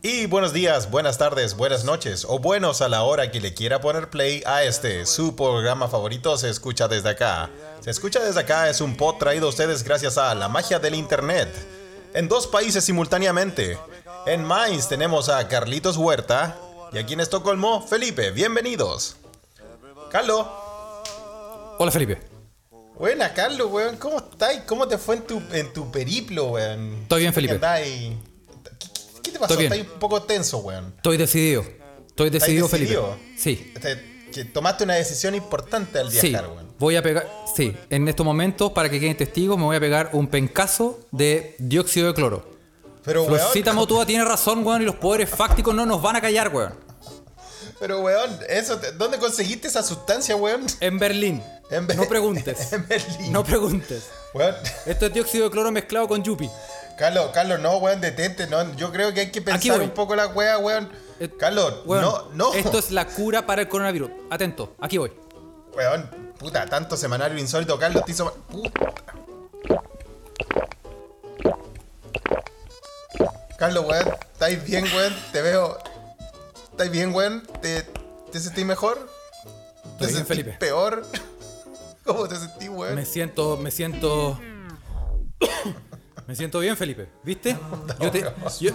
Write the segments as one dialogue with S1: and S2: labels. S1: Y buenos días, buenas tardes, buenas noches o buenos a la hora que le quiera poner play a este, su programa favorito se escucha desde acá. Se escucha desde acá es un pod traído a ustedes gracias a la magia del internet. En dos países simultáneamente. En Mainz tenemos a Carlitos Huerta y aquí en Estocolmo, Felipe, bienvenidos. Carlo.
S2: Hola Felipe,
S1: Buena, Carlos, weón. ¿Cómo estás? ¿Cómo te fue en tu, en tu periplo, weón?
S2: Estoy bien, Felipe.
S1: ¿Qué, andás ahí? ¿Qué- qué- qué te pasó?
S2: Estoy bien.
S1: Estás un poco tenso, weón.
S2: estoy decidido. Estoy decidido,
S1: decidido?
S2: Felipe. Sí,
S1: Este, que tomaste una decisión importante al
S2: sí.
S1: viajar, weón.
S2: Voy a pegar, sí, en estos momentos, para que queden testigos, me voy a pegar un pencazo de dióxido de cloro.
S1: Pero, weón,
S2: Florcita Motúa tiene razón, weón, y los poderes fácticos no nos van a callar, weón.
S1: pero, weón, eso, te- ¿dónde conseguiste esa sustancia, weón?
S2: En Berlín.
S1: En Be-
S2: no preguntes.
S1: en Berlín.
S2: No preguntes.
S1: Weón,
S2: Esto es dióxido de cloro mezclado con yupi.
S1: Carlos, Carlos, no, weón, detente. No, yo creo que hay que
S2: Aquí
S1: pensar
S2: voy.
S1: un poco la wea, weón.
S2: Eh,
S1: Carlos,
S2: weón,
S1: no, no.
S2: Esto es la cura para el coronavirus. Atento, aquí voy.
S1: Weón, puta, tanto semanario insólito, Carlos te hizo. mal- Puta. Carlos, weón, ¿estáis bien, weón? Te veo. ¿Estáis bien, weón? ¿Te, te sentís mejor? ¿Te
S2: bien,
S1: sentís
S2: Felipe.
S1: peor? ¿Cómo te sentís, weón?
S2: Me siento, me siento. Me siento bien, Felipe. ¿Viste? Yo te, yo,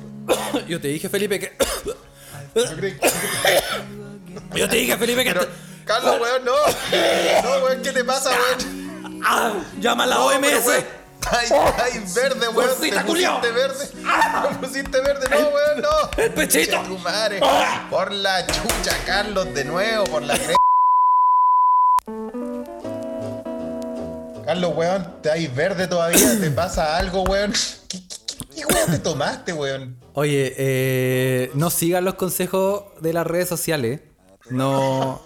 S2: yo te dije, Felipe, que.
S1: Yo creí que-
S2: Yo te dije, Felipe, que.
S1: Pero, Carlos, weón, no. No, weón, ¿qué te pasa, weón?
S2: ¡Ah! ¡Llama a la
S1: No, pero,
S2: OMS!
S1: weón, estáis- estáis verde, weón.
S2: Bolsita,
S1: te
S2: culiao.
S1: pusiste verde. Te pusiste verde, no, weón, no.
S2: ¡El pechito! Ah.
S1: Concha tu madre. Por la chucha, Carlos, de nuevo, por la cre... Carlos, weón, te hay verde todavía, te pasa algo, weón. ¿Qué, qué- qué- qué weón te tomaste, weón?
S2: Oye, eh, no sigan los consejos de las redes sociales. No.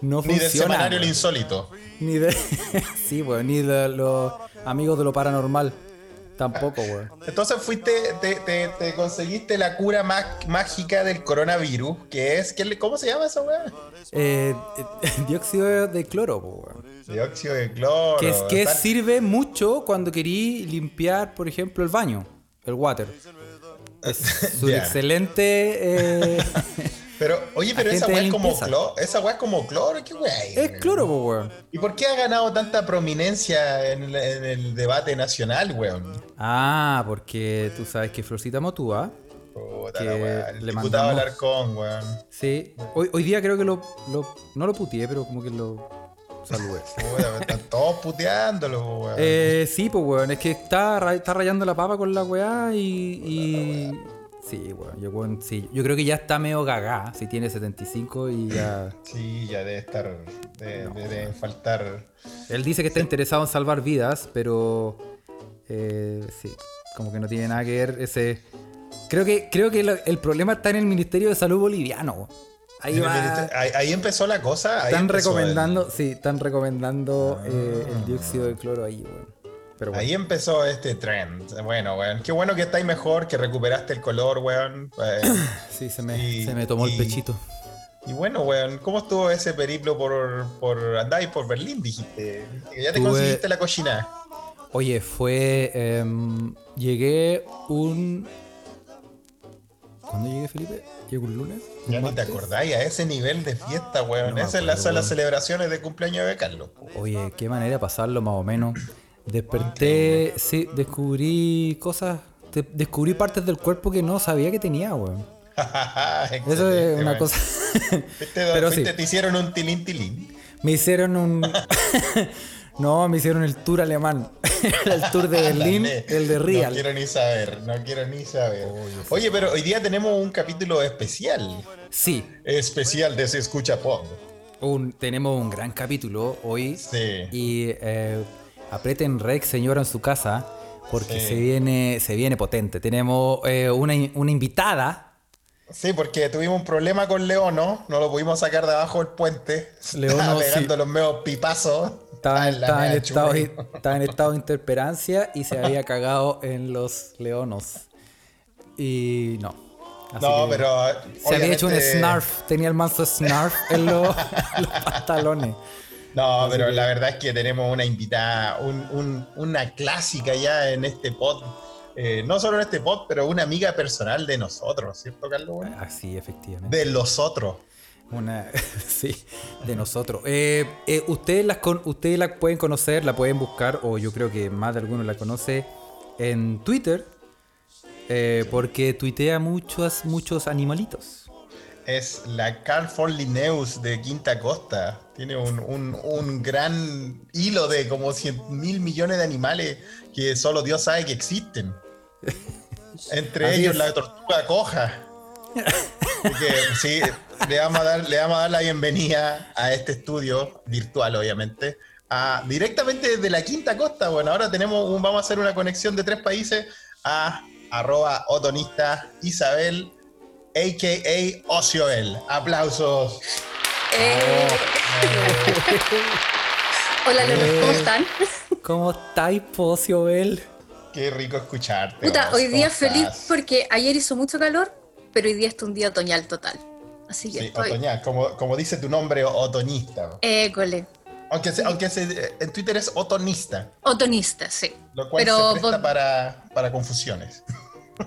S2: No
S1: Ni
S2: funciona.
S1: del semanario El
S2: weón.
S1: Insólito.
S2: Ni de. sí, weón. Ni de los amigos de lo paranormal. Tampoco, weón.
S1: Entonces fuiste, te, te- te conseguiste la cura má- mágica del coronavirus, que es, ¿qué le- ¿cómo se llama esa weón?
S2: Eh, eh, dióxido de cloro, po, weón.
S1: Dióxido de cloro.
S2: Que, es- que
S1: Tan-
S2: sirve mucho cuando querí limpiar, por ejemplo, el baño, el water. Es un
S1: Ya.
S2: excelente. eh,
S1: Pero, oye, pero esa
S2: Agente de
S1: weá es como
S2: limpieza.
S1: cloro, esa weá es como cloro, qué weá. es,
S2: es
S1: weón?
S2: cloro, po, weón.
S1: ¿Y por qué ha ganado tanta prominencia en el, en el debate nacional, weón?
S2: Ah, porque tú sabes que Florcita Motúa.
S1: Puta
S2: Que
S1: la weá, El
S2: le
S1: diputado
S2: mandamos-
S1: Alarcón, weón.
S2: Sí, hoy, hoy día creo que lo, lo- No lo putié, pero como que lo saludé.
S1: Puta, están todos puteándolo, po, weón.
S2: Eh, sí, pues, weón, es que está, ra- está rayando la papa con la weá y. y- Sí, weón, yo, weón, sí. yo creo que ya está medio gagá, si tiene 75 y ya.
S1: Sí, ya debe estar. Debe, debe faltar.
S2: Él dice que está interesado en salvar vidas, pero eh, sí, como que no tiene nada que ver ese. Creo que creo que lo- el problema está en el Ministerio de Salud boliviano. Ahí
S1: En el
S2: va.
S1: ministerio- ahí, ahí empezó la cosa. ahí
S2: Están
S1: empezó el- Ah,
S2: recomendando, sí, están recomendando eh, el dióxido de cloro ahí, weón. Pero bueno.
S1: Ahí empezó este trend. Bueno, weón. Qué bueno que estáis mejor, que recuperaste el color, weón. Eh,
S2: Sí, se me,
S1: y-
S2: se me tomó
S1: y-
S2: el pechito.
S1: Y bueno, weón, ¿cómo estuvo ese periplo por, por andáis por Berlín, dijiste? Que Ya te
S2: Tuve-
S1: conseguiste la cochina.
S2: Oye, fue. em, llegué un. ¿Cuándo llegué, Felipe? ¿Llegué un lunes? ¿Un
S1: Ya ni te
S2: martes?
S1: acordáis a ese nivel de fiesta, weón.
S2: No me
S1: Esas son las- son las
S2: acuerdo.
S1: celebraciones de cumpleaños de Carlos. po.
S2: Oye, qué manera de pasarlo más o menos. Desperté, sí, descubrí cosas, de- descubrí partes del cuerpo que no sabía que tenía, weón. Eso
S1: Excelente,
S2: es una
S1: weón.
S2: cosa.
S1: Fuiste-
S2: Pero sí,
S1: fuiste- Te hicieron un tilín tilín.
S2: me hicieron un. no, me hicieron el tour alemán. el tour de Berlín,
S1: Ándale.
S2: el de
S1: No
S2: Real.
S1: quiero ni saber, no quiero ni saber. Oye, pero hoy día tenemos un capítulo especial.
S2: Sí,
S1: Especial de Se Escucha Pop.
S2: un- tenemos un gran capítulo hoy.
S1: Sí.
S2: Y eh, aprieten rec, señora, en su casa, porque
S1: Sí.
S2: se viene se viene potente. Tenemos eh, una, in- una invitada.
S1: Sí, porque tuvimos un problema con Leono, no lo pudimos sacar de abajo del puente.
S2: Leono,
S1: Estaba
S2: sí.
S1: pegando los meos pipazos.
S2: Estaba,
S1: Ah, la
S2: estaba en
S1: mea
S2: estado,
S1: churri.
S2: estaba en estado de interperancia y se había cagado en los leonos. Y no. Así
S1: No,
S2: que
S1: pero.
S2: Se había hecho un
S1: obviamente-
S2: snarf, tenía el manso snarf en los, en los pantalones.
S1: No, pero la verdad es que tenemos una invitada, un- un- una clásica ya en este pod. eh, no solo en este pod, pero una amiga personal de nosotros, ¿cierto, Carlos? Bueno,
S2: Ah, sí, efectivamente.
S1: De los otros.
S2: Una, sí, de nosotros. Eh, eh, ustedes, las con, ustedes la pueden conocer, la pueden buscar, o yo creo que más de alguno la conoce, en Twitter, eh, porque tuitea muchos, muchos animalitos.
S1: Es la Carl von Linnaeus de Quinta Costa. Tiene un, un- un gran hilo de como 100 mil millones de animales que solo Dios sabe que existen. Entre
S2: Así
S1: ellos
S2: es.
S1: la tortuga coja. Así que sí, le vamos, a dar, le vamos a dar la bienvenida a este estudio virtual, obviamente. a- directamente desde la Quinta Costa. Bueno, ahora tenemos un- vamos a hacer una conexión de tres países a arroba otonista Isabel, a.k.a. Ocioel. Aplausos.
S3: Eh, Hola, Lolo,
S1: Eh,
S3: ¿cómo están?
S2: ¿Cómo estáis, Pocio Bell?
S1: Qué rico escucharte.
S3: Puta,
S1: vos.
S3: hoy día
S1: ¿Cómo
S3: feliz
S1: estás?
S3: porque ayer hizo mucho calor, pero hoy día está un día otoñal total. Así que
S1: Sí,
S3: estoy.
S1: otoñal, como, como dice tu nombre, otonista.
S3: École.
S1: Aunque, se- aunque se- en Twitter es otonista,
S3: Otonista, sí.
S1: lo cual
S3: Pero
S1: se presta
S3: vos-
S1: para, para confusiones.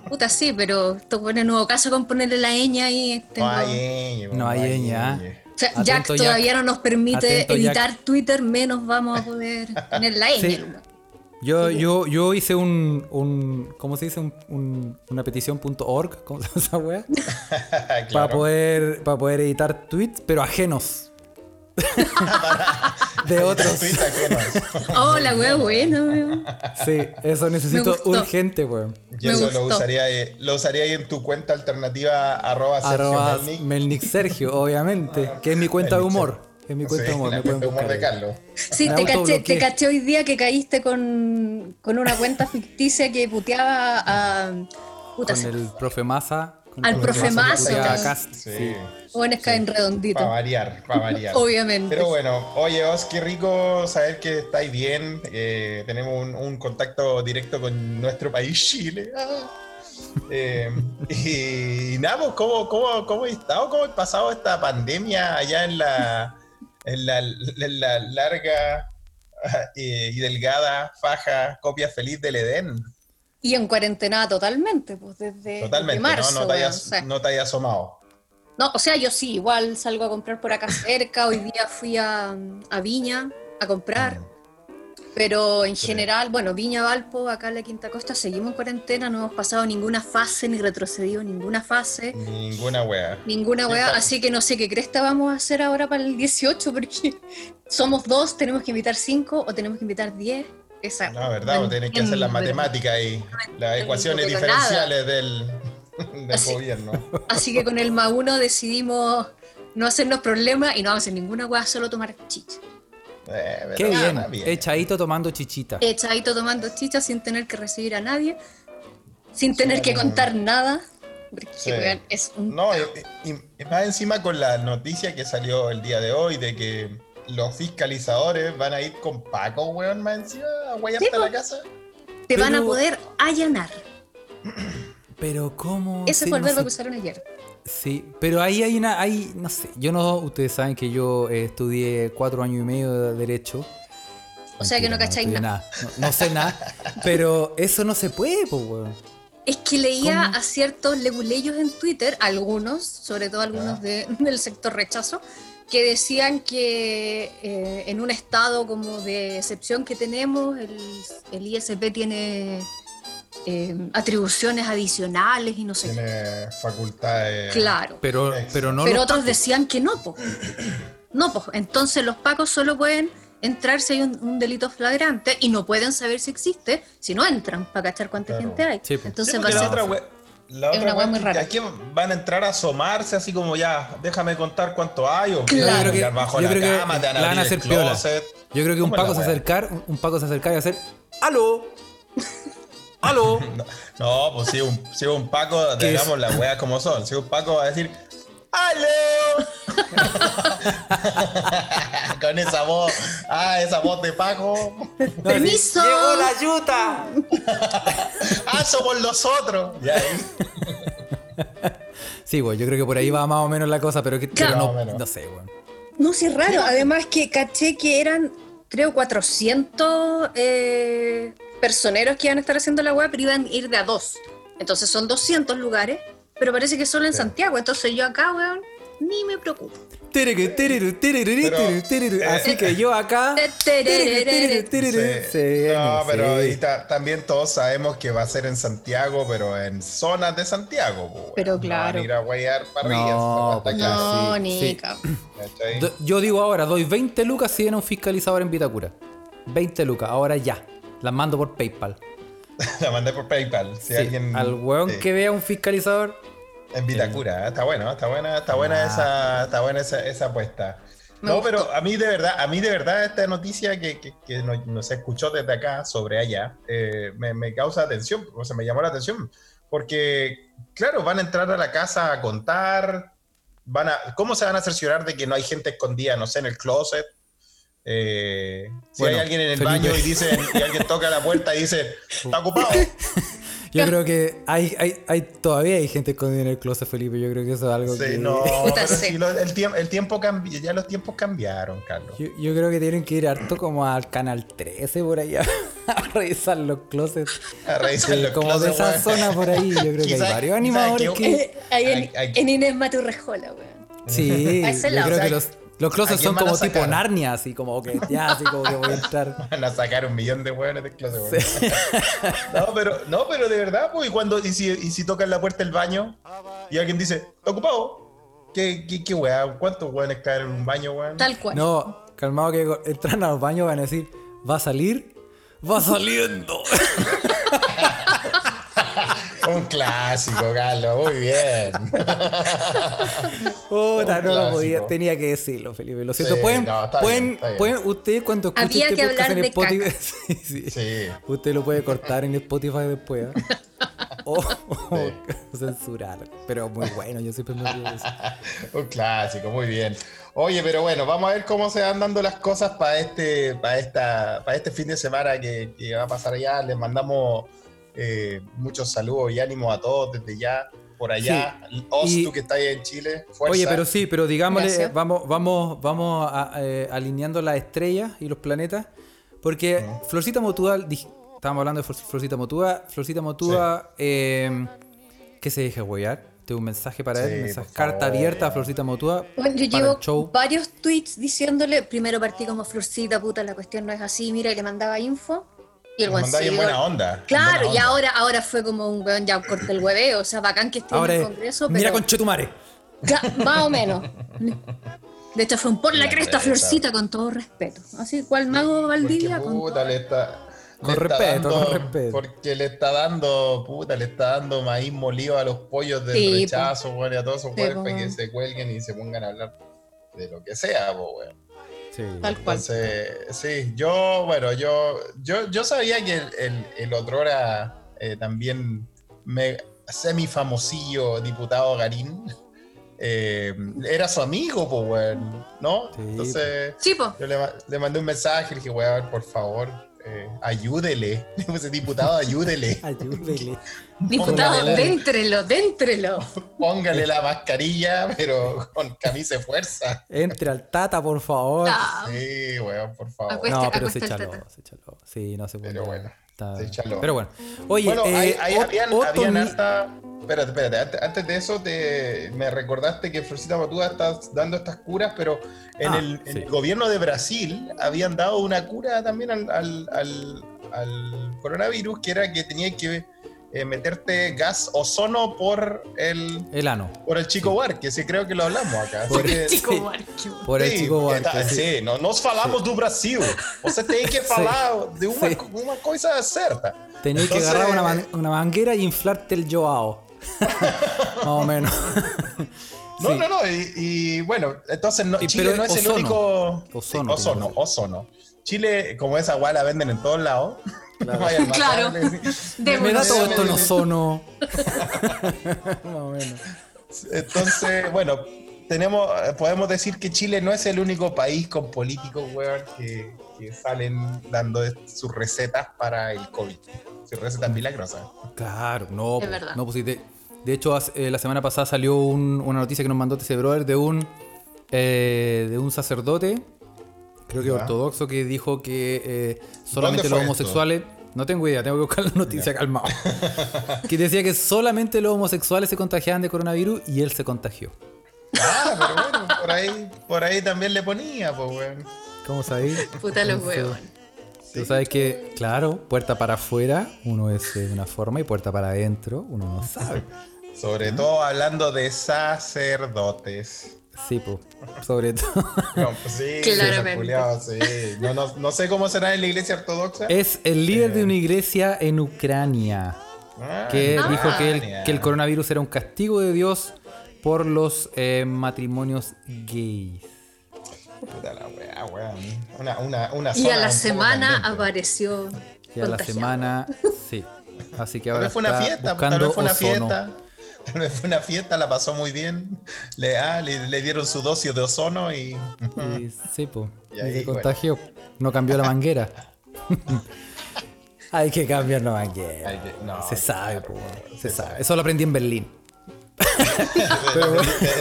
S3: Puta, sí, pero esto pone nuevo caso con ponerle la ña ahí. tengo-
S1: No hay ñ, vos,
S2: No hay ñ, ¿ah?
S3: O sea,
S2: Atento,
S3: Jack
S2: Jack.
S3: todavía no nos permite
S2: Atento, Jack.
S3: editar Twitter, menos vamos a poder tener la ñ.
S2: Sí. Yo, yo, yo hice un, un. ¿Cómo se dice? Un, un- una petición.org, ¿cómo se llama esa wea?
S1: Claro.
S2: Para, poder, para poder editar tweets, pero ajenos. de otros.
S1: Tweets ajenos.
S3: Hola, wea, bueno. weón.
S2: Sí, eso necesito
S3: gustó.
S2: urgente, weón.
S1: Y
S3: Me
S1: eso lo
S3: gustó.
S1: usaría, eh, lo usaría ahí en tu cuenta alternativa arroba Sergio
S2: Arroba
S1: Melnik.
S2: Melnik Sergio, obviamente. Que es mi cuenta de humor. Es mi cuenta de
S1: Ah, Sí,
S2: humor.
S1: la
S2: Me pueden
S1: cuenta de humor
S2: buscar.
S1: de Carlos.
S3: Sí,
S2: Me
S3: te caché,
S2: autobloqueé.
S3: te caché hoy día que caíste con, con una cuenta ficticia que puteaba a. Puta,
S2: Con el profe Massa. con
S3: Al
S2: el
S3: profe Massa,
S2: que
S3: claro.
S2: cuida a Cast, sí.
S3: jóvenes caen redonditos.
S1: Para variar, para variar.
S3: Obviamente.
S1: Pero bueno, oye Os, qué rico saber que estáis bien. eh, tenemos un, un contacto directo con nuestro país, Chile. Ah. Eh, y, nada, pues, ¿cómo, cómo, ¿cómo he estado? ¿Cómo he pasado esta pandemia allá en la, en la, en la larga eh, y delgada faja copia feliz del Edén?
S3: Y en cuarentena totalmente, pues desde,
S1: Totalmente,
S3: desde
S1: ¿no? no,
S3: marzo.
S1: te
S3: weón, o
S1: hayas,
S3: sea,
S1: no te hayas asomado.
S3: no, o sea, yo sí, igual salgo a comprar por acá cerca. Hoy día fui a, a Viña a comprar.
S2: Mm.
S3: Pero en
S1: Sí.
S3: general, bueno, Viña Valpo, acá en la Quinta Costa, seguimos en cuarentena, no hemos pasado ninguna fase ni retrocedido ninguna fase.
S1: Ninguna wea.
S3: Ninguna weá,
S1: Exacto.
S3: así que no sé qué cresta vamos a hacer ahora para el 18, porque somos dos, tenemos que invitar cinco o tenemos que invitar diez. Esa.
S1: No, verdad, vos tenés que hacer las
S3: Mm, entiendo.
S1: matemáticas y las ecuaciones
S3: pero
S1: diferenciales del, del
S3: Así.
S1: gobierno.
S3: Así que con el más uno decidimos no hacernos problemas y no vamos a hacer ninguna weá, solo tomar chicha.
S1: Eh, pero
S2: Qué bien.
S1: está
S2: Echadito tomando chichita.
S3: Eh, Echadito tomando chicha sin tener que recibir a nadie, sin tener que
S1: no.
S3: contar nada, porque
S1: Sí.
S3: weón, es un.
S1: No, y, y- y más encima con la noticia que salió el día de hoy de que los fiscalizadores van a ir con Paco, weón, más encima, a guayarte
S3: Sí, pues.
S1: la casa.
S3: Te van a
S2: pero-
S3: poder allanar.
S2: Pero cómo.
S3: Ese
S2: se-
S3: fue el
S2: no
S3: verbo
S2: se-
S3: que usaron ayer.
S2: Sí, pero ahí hay una, hay, no sé, yo no, ustedes saben que yo eh, estudié cuatro años y medio de derecho.
S3: O sea que no cacháis
S2: estudié
S3: nada.
S2: No, no sé nada, pero eso no se puede, pues, weón.
S3: Es que leía
S2: ¿Cómo?
S3: a ciertos leguleyos en Twitter, algunos, sobre todo algunos
S1: Ah.
S3: de- del sector rechazo, que decían que eh, en un estado como de excepción que tenemos, el, el ISP tiene eh, atribuciones adicionales y no sé qué.
S1: Tiene facultades.
S3: Claro.
S2: Pero,
S1: Exacto.
S2: pero no
S3: Pero
S2: lo-
S3: otros decían que no, pues. No, pues. Entonces los pacos solo pueden entrar si hay un, un delito flagrante y no pueden saber si existe si no entran para cachar cuánta
S1: Claro.
S3: gente hay.
S2: Sí, pues.
S1: Sí,
S3: Entonces va
S1: porque
S3: a
S1: la
S3: ser
S1: otra we- la
S3: es
S1: otra
S3: una wea
S1: wea
S3: muy
S1: que
S3: rara.
S1: Aquí van a entrar a asomarse así como ya, déjame contar cuánto hay o van
S3: Claro.
S1: a
S3: Yo creo que-
S1: mirar bajo
S2: yo
S1: la
S2: creo que
S1: cama, te van
S2: la
S1: a
S2: van a
S1: abrir el
S2: hacer piola.
S1: closet.
S2: yo creo que un
S1: ¿Cómo es la
S2: Paco se
S1: wea?
S2: acercar, un, un Paco se acercar y va a hacer, ¡aló! ¡Aló!
S1: No, pues si un, si un Paco,
S2: ¿Qué es?
S1: digamos las weas como son. Si un Paco va a decir, ¡Ale! Con esa voz, ah, esa voz de Paco,
S2: No, así,
S3: ¡Permiso!
S2: ¡Llegó la yuta!
S1: ¡ah, somos nosotros! Ya,
S2: Sí, weón, yo creo que por ahí va más o menos la cosa, pero, que, pero
S3: Claro.
S2: no,
S1: Más o menos.
S2: no sé, weón.
S3: No, sí, es raro. Además que caché que eran, creo, 400 eh, personeros que iban a estar haciendo la web, pero iban a ir de a dos. Entonces son 200 lugares, pero parece que solo en Santiago. Entonces yo acá, weón, ni me preocupo.
S2: Teriru, teriru, teriru, teriru, teriru.
S1: eh,
S2: Así que yo acá.
S3: Te-
S2: teriru,
S3: tererere.
S2: teriru, teriru, se viene,
S1: no, pero
S2: sí.
S1: y ta- también todos sabemos que va a ser en Santiago, pero en zonas de Santiago. pues, weón.
S3: Pero
S1: No van a
S3: claro.
S1: ir a guayar parrillas.
S2: No,
S1: pues,
S2: pues,
S1: está claro,
S3: No,
S2: sí,
S3: ni
S2: sí.
S3: cabrón.
S1: ¿cachai?
S2: Do- Yo digo ahora, doy 20 lucas si viene un fiscalizador en Vitacura. 20 lucas, ahora ya. Las mando por PayPal.
S1: La mandé por PayPal. Si
S2: Sí,
S1: alguien,
S2: al weón
S1: sí.
S2: que vea un fiscalizador.
S1: En Vitacura, ¿eh? está bueno, está buena, está buena
S2: Ah.
S1: esa, está buena esa, esa apuesta.
S3: Me
S1: no,
S3: gustó.
S1: pero a mí de verdad, a mí de verdad esta noticia que, que, que no- nos, escuchó desde acá sobre allá, eh, me, me causa atención, o sea, me llamó la atención, porque claro, van a entrar a la casa a contar, van a, ¿cómo se van a cerciorar de que no hay gente escondida, no sé, en el closet? Eh, si
S2: Bueno,
S1: hay alguien en el
S2: Felipe.
S1: baño y dicen, y alguien toca la puerta y dice, está ocupado.
S2: Yo creo que hay, hay, hay- todavía hay gente escondida en el closet, Felipe. Yo creo que eso es algo
S1: Sí,
S2: que.
S1: no,
S3: Puta,
S1: pero
S3: sí.
S1: si lo- el, tiempo, el tiempo cambió, ya los tiempos cambiaron, Carlos.
S2: Yo, yo creo que tienen que ir harto como al canal 13 por allá a revisar los closets.
S1: A raíz
S2: Sí,
S1: los
S2: como de
S1: closets,
S2: esa
S1: weón.
S2: zona por ahí. Yo creo que hay
S1: Quizá-
S2: varios
S1: quizá
S2: animadores
S1: equivo-
S2: que.
S3: Eh, Ahí
S1: Ay, ay.
S3: en, en Inés Maturrejola, weón.
S2: Sí,
S3: A
S2: yo
S3: ese lado.
S2: creo que
S1: O
S2: los,
S1: sea,
S2: los
S1: ¿a
S2: closets
S1: quién
S2: son
S1: van a
S2: como tipo
S1: sacar?
S2: Narnia, así como que ya, así como que voy a entrar.
S1: Van a sacar un millón de hueones del closet, weón. No, pero, no, pero de verdad, pues, y cuando, y si, y si tocan la puerta del baño y alguien dice, está ocupado. ¿Qué, qué, qué weá? ¿Cuántos hueones caen en un baño, weón?
S3: Tal cual.
S2: No, calmado que go- entran a los baños van a decir, va a salir, va saliendo.
S1: Un clásico, Carlos, muy bien.
S2: Puta, no lo
S1: clásico.
S2: podía, tenía que decirlo, Felipe. Lo siento.
S1: Sí,
S2: pueden,
S1: no, está
S2: pueden,
S1: bien, está bien.
S2: pueden, ustedes cuando escuchen
S3: Había
S2: este
S3: que
S2: podcast
S3: hablar
S2: en
S3: de
S2: Spotify.
S3: caca.
S2: sí, sí.
S1: Sí.
S2: Usted lo puede cortar en Spotify después. ¿ah? O, o censurar. Pero muy bueno, yo siempre me olvido de eso.
S1: Un clásico, muy bien. Oye, pero bueno, vamos a ver cómo se van dando las cosas para este, para esta, para este fin de semana que, que va a pasar allá. Les mandamos eh, muchos saludos y ánimos a todos desde ya, por allá. Os,
S2: Y-
S1: tú que estás ahí en Chile, fuerza.
S2: Oye, pero sí, pero digámosle,
S3: Gracias.
S2: eh, vamos, vamos, vamos a- eh, alineando las estrellas y los planetas. Porque Florcita Motúa, dij- estábamos hablando de Flor- Florcita Motúa, Florcita Motúa, eh, que se deja huear. Tengo un mensaje para
S1: Sí,
S2: él, mensaje,
S1: por
S2: carta
S1: favor.
S2: abierta a Florcita Motúa.
S3: Bueno, yo
S2: para el
S3: llevo
S2: show.
S3: varios tweets diciéndole, primero partí como florcita, puta, la cuestión no es así, mira, y le mandaba info. Y el
S1: Nos
S3: buen
S1: mandáis en
S3: seguidor-
S1: buena onda. en
S3: Claro,
S1: buena
S3: y
S1: onda.
S3: ahora, ahora fue como un weón, ya corté el hueveo, o sea, bacán que esté
S2: Ahora,
S3: en el
S2: es,
S3: Congreso, pero
S2: mira con Chetumare.
S3: Cla- más o menos. De hecho, fue un por la
S1: La cresta.
S3: cresta florcita, con todo respeto. Así cual mago
S1: Porque,
S3: Valdivia, con
S1: puta,
S3: todo-
S1: le está.
S2: Con
S1: le está
S2: respeto,
S1: dando-
S2: con respeto.
S1: Porque le está dando, puta, le está dando maíz molido a los pollos del
S3: Sí, po.
S1: rechazo, weón, y a todos esos
S3: Sí,
S1: weones
S3: po,
S1: para que
S3: weón.
S1: se cuelguen y se pongan a hablar de lo que sea, po, weón.
S2: Sí.
S3: tal cual.
S1: Entonces, sí, yo, bueno, yo, yo, yo sabía que el, el, el otrora eh, también me, semifamosillo diputado Garín eh, era su amigo, pues, weón, ¿no?
S2: Sí,
S1: Entonces,
S3: Sí, po.
S1: yo le, ma- le mandé un mensaje, le dije, weón, por favor, eh, ayúdele. Le puse, diputado, ayúdele.
S2: Ayúdele.
S3: Diputado,
S1: Póngale.
S3: déntrelo, déntrelo.
S1: Póngale la mascarilla, pero con camisa de fuerza.
S2: Entre al Tata, por favor.
S3: Ah,
S1: Sí, weón, por favor.
S3: Acuesta-
S2: no, pero se
S3: acuesta el
S2: chaló,
S3: Tata.
S2: se chaló. Sí, no se puede.
S1: Pero bueno,
S2: Está-
S1: se chaló.
S2: Pero bueno. Oye,
S1: bueno, ahí-
S2: eh,
S1: ahí
S2: Ot-
S1: habían,
S2: Otto
S1: habían
S2: Ni-
S1: harta- Espérate, espérate, ante- antes de eso te, me recordaste que Florcita Matuda está dando estas curas, pero en,
S2: Ah,
S1: el, en
S2: sí.
S1: el gobierno de Brasil habían dado una cura también al, al- al- al coronavirus, que era que tenía que eh, meterte gas ozono por el,
S2: El ano.
S1: por el chico Huarque, que sí creo que lo hablamos acá. Así
S2: Por-
S1: que-
S3: Chico,
S2: Sí.
S3: Marquio.
S2: Por el
S1: Sí,
S2: chico
S1: porque
S2: Huarque,
S1: está-
S2: sí.
S1: sí, no, nos falamos do Brasil. Você tem que falar de uma,
S2: Sí.
S1: uma coisa certa.
S2: Tenéis que
S1: Entonces-
S2: agarrar una, man- una manguera y inflarte el joao. Más o menos.
S1: No,
S2: Sí.
S1: no, no. Y, y bueno, entonces no,
S2: Sí,
S1: Chile
S2: pero
S1: no es el
S2: ozono.
S1: único.
S2: Ozono,
S1: Sí,
S2: creo que
S1: ozono,
S2: es.
S1: ozono. Chile, como esa agua la venden en todos lados. Vaya a
S3: Claro.
S1: matarle, sí.
S3: De
S2: Me da
S3: Démonos.
S2: todo esto en
S1: Démonos.
S2: ozono. Más o menos.
S1: Entonces, bueno, tenemos, podemos decir que Chile no es el único país con políticos, weón, que, que salen dando est- sus recetas para el COVID. Sus recetas milagrosas.
S2: Claro, no.
S3: Es
S2: pues,
S3: verdad.
S2: no, pues, sí, de, de hecho, hace- eh, la semana pasada salió un- una noticia que nos mandó TC Brother de un, eh, de un sacerdote, creo que
S1: Ya.
S2: ortodoxo, que dijo que eh, solamente
S1: fue
S2: los
S1: esto?
S2: homosexuales. No tengo idea, tengo que buscar la noticia calmado. que decía que solamente los homosexuales se contagiaban de coronavirus y él se contagió.
S1: Ah, pero bueno, por ahí, por ahí también le ponía, pues, weón.
S2: ¿Cómo sabéis?
S3: Puta los
S2: Entonces,
S3: huevos.
S2: Tú sabes que, claro, puerta para afuera uno es de una forma y puerta para adentro uno no sabe.
S1: Sobre todo hablando de sacerdotes.
S2: Sí, po, sobre todo.
S1: No, pues sí,
S3: Claramente.
S1: ese culiao, sí. No, no- no sé cómo será en la iglesia ortodoxa.
S2: Es el líder
S1: Eh.
S2: de una iglesia en Ucrania
S1: Ah,
S2: que
S1: en
S2: dijo que
S1: Ucrania.
S2: el, que el coronavirus era un castigo de Dios por los eh, matrimonios gays.
S1: Puta la weá, weón. Una, una, una
S3: Y
S1: zona
S3: a la
S1: un poco
S3: semana
S1: candente.
S3: apareció
S2: pues. Y a la
S3: contagiado.
S2: semana, sí. Así que
S1: Tal
S2: ahora
S1: vez fue una
S2: está
S1: fiesta,
S2: buscando
S1: tal vez fue una
S2: ozono.
S1: fiesta. Tal vez fue una fiesta, la pasó muy bien. Le, ah, le, le dieron su dosis de ozono y.
S2: Y, sí, po.
S1: Y
S2: Y
S1: ahí,
S2: se
S1: bueno.
S2: contagió. No cambió la manguera. Hay que cambiar la manguera.
S1: Hay que- no,
S2: se sabe,
S1: claro,
S2: po,
S1: se
S2: Se sabe.
S1: sabe.
S2: Eso lo aprendí en Berlín.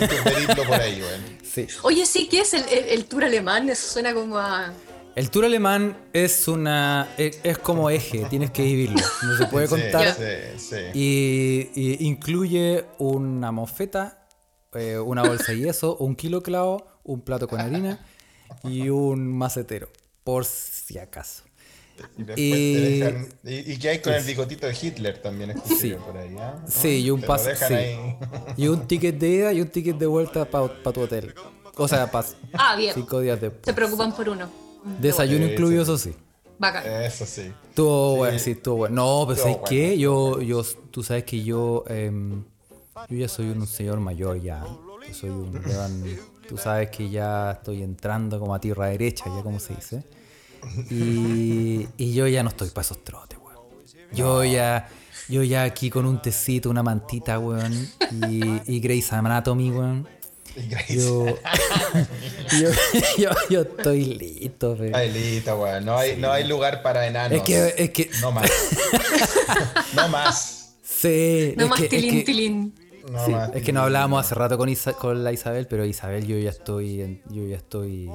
S1: en tu periplo por ahí, weón.
S2: Sí.
S3: Oye, sí, ¿qué es el, el- el tour alemán? Eso suena como a...
S2: El tour alemán es una es, es como eje, tienes que vivirlo. No se puede
S1: Sí,
S2: contar.
S1: Sí, sí.
S2: Y, y incluye una mofeta, eh, una bolsa de yeso, un kilo de clavo, un plato con harina y un macetero, por si acaso.
S1: Y, después
S2: y-
S1: te dejan- y- y que hay con el bigotito de Hitler también escuché
S2: Sí.
S1: yo por ahí, ¿ah?
S2: Sí, y un
S1: Te lo
S2: pase.
S1: dejan
S2: sí.
S1: ahí.
S2: Y un ticket de ida y un ticket de vuelta para tu hotel. O sea, para
S3: Ah, bien.
S2: cinco días de
S3: Se preocupan por uno.
S2: desayuno
S1: Sí,
S2: incluido,
S1: sí.
S2: eso sí.
S3: Bacán.
S2: Eh,
S1: Eso sí.
S2: Estuvo bueno, sí, estuvo bueno. No, pero
S1: Estuvo
S2: ¿sabes qué? Yo, yo, tú sabes que yo, em, yo ya soy un señor mayor ya. Yo soy un weón- Tú sabes que ya estoy entrando como a tierra derecha, ya como se dice. Y, y yo ya no estoy para esos trotes, weón. Yo ya, yo ya aquí con un tecito, una mantita, weón. Y, y Grey's Anatomy, weón.
S1: Y Grace.
S2: Yo, eh, yo, yo, yo estoy listo, weón.
S1: Ay, listo, weón. No hay, no hay lugar para enanos.
S2: Es que, eh, es que,
S1: No más. no más.
S2: sí,
S3: No
S2: es
S3: más
S2: que- es
S3: tilín,
S2: que-
S3: tilín.
S1: No
S2: Sí,
S1: más.
S2: es que no hablábamos hace rato con, Isa- con la Isabel, pero Isabel yo ya estoy, en- yo ya estoy,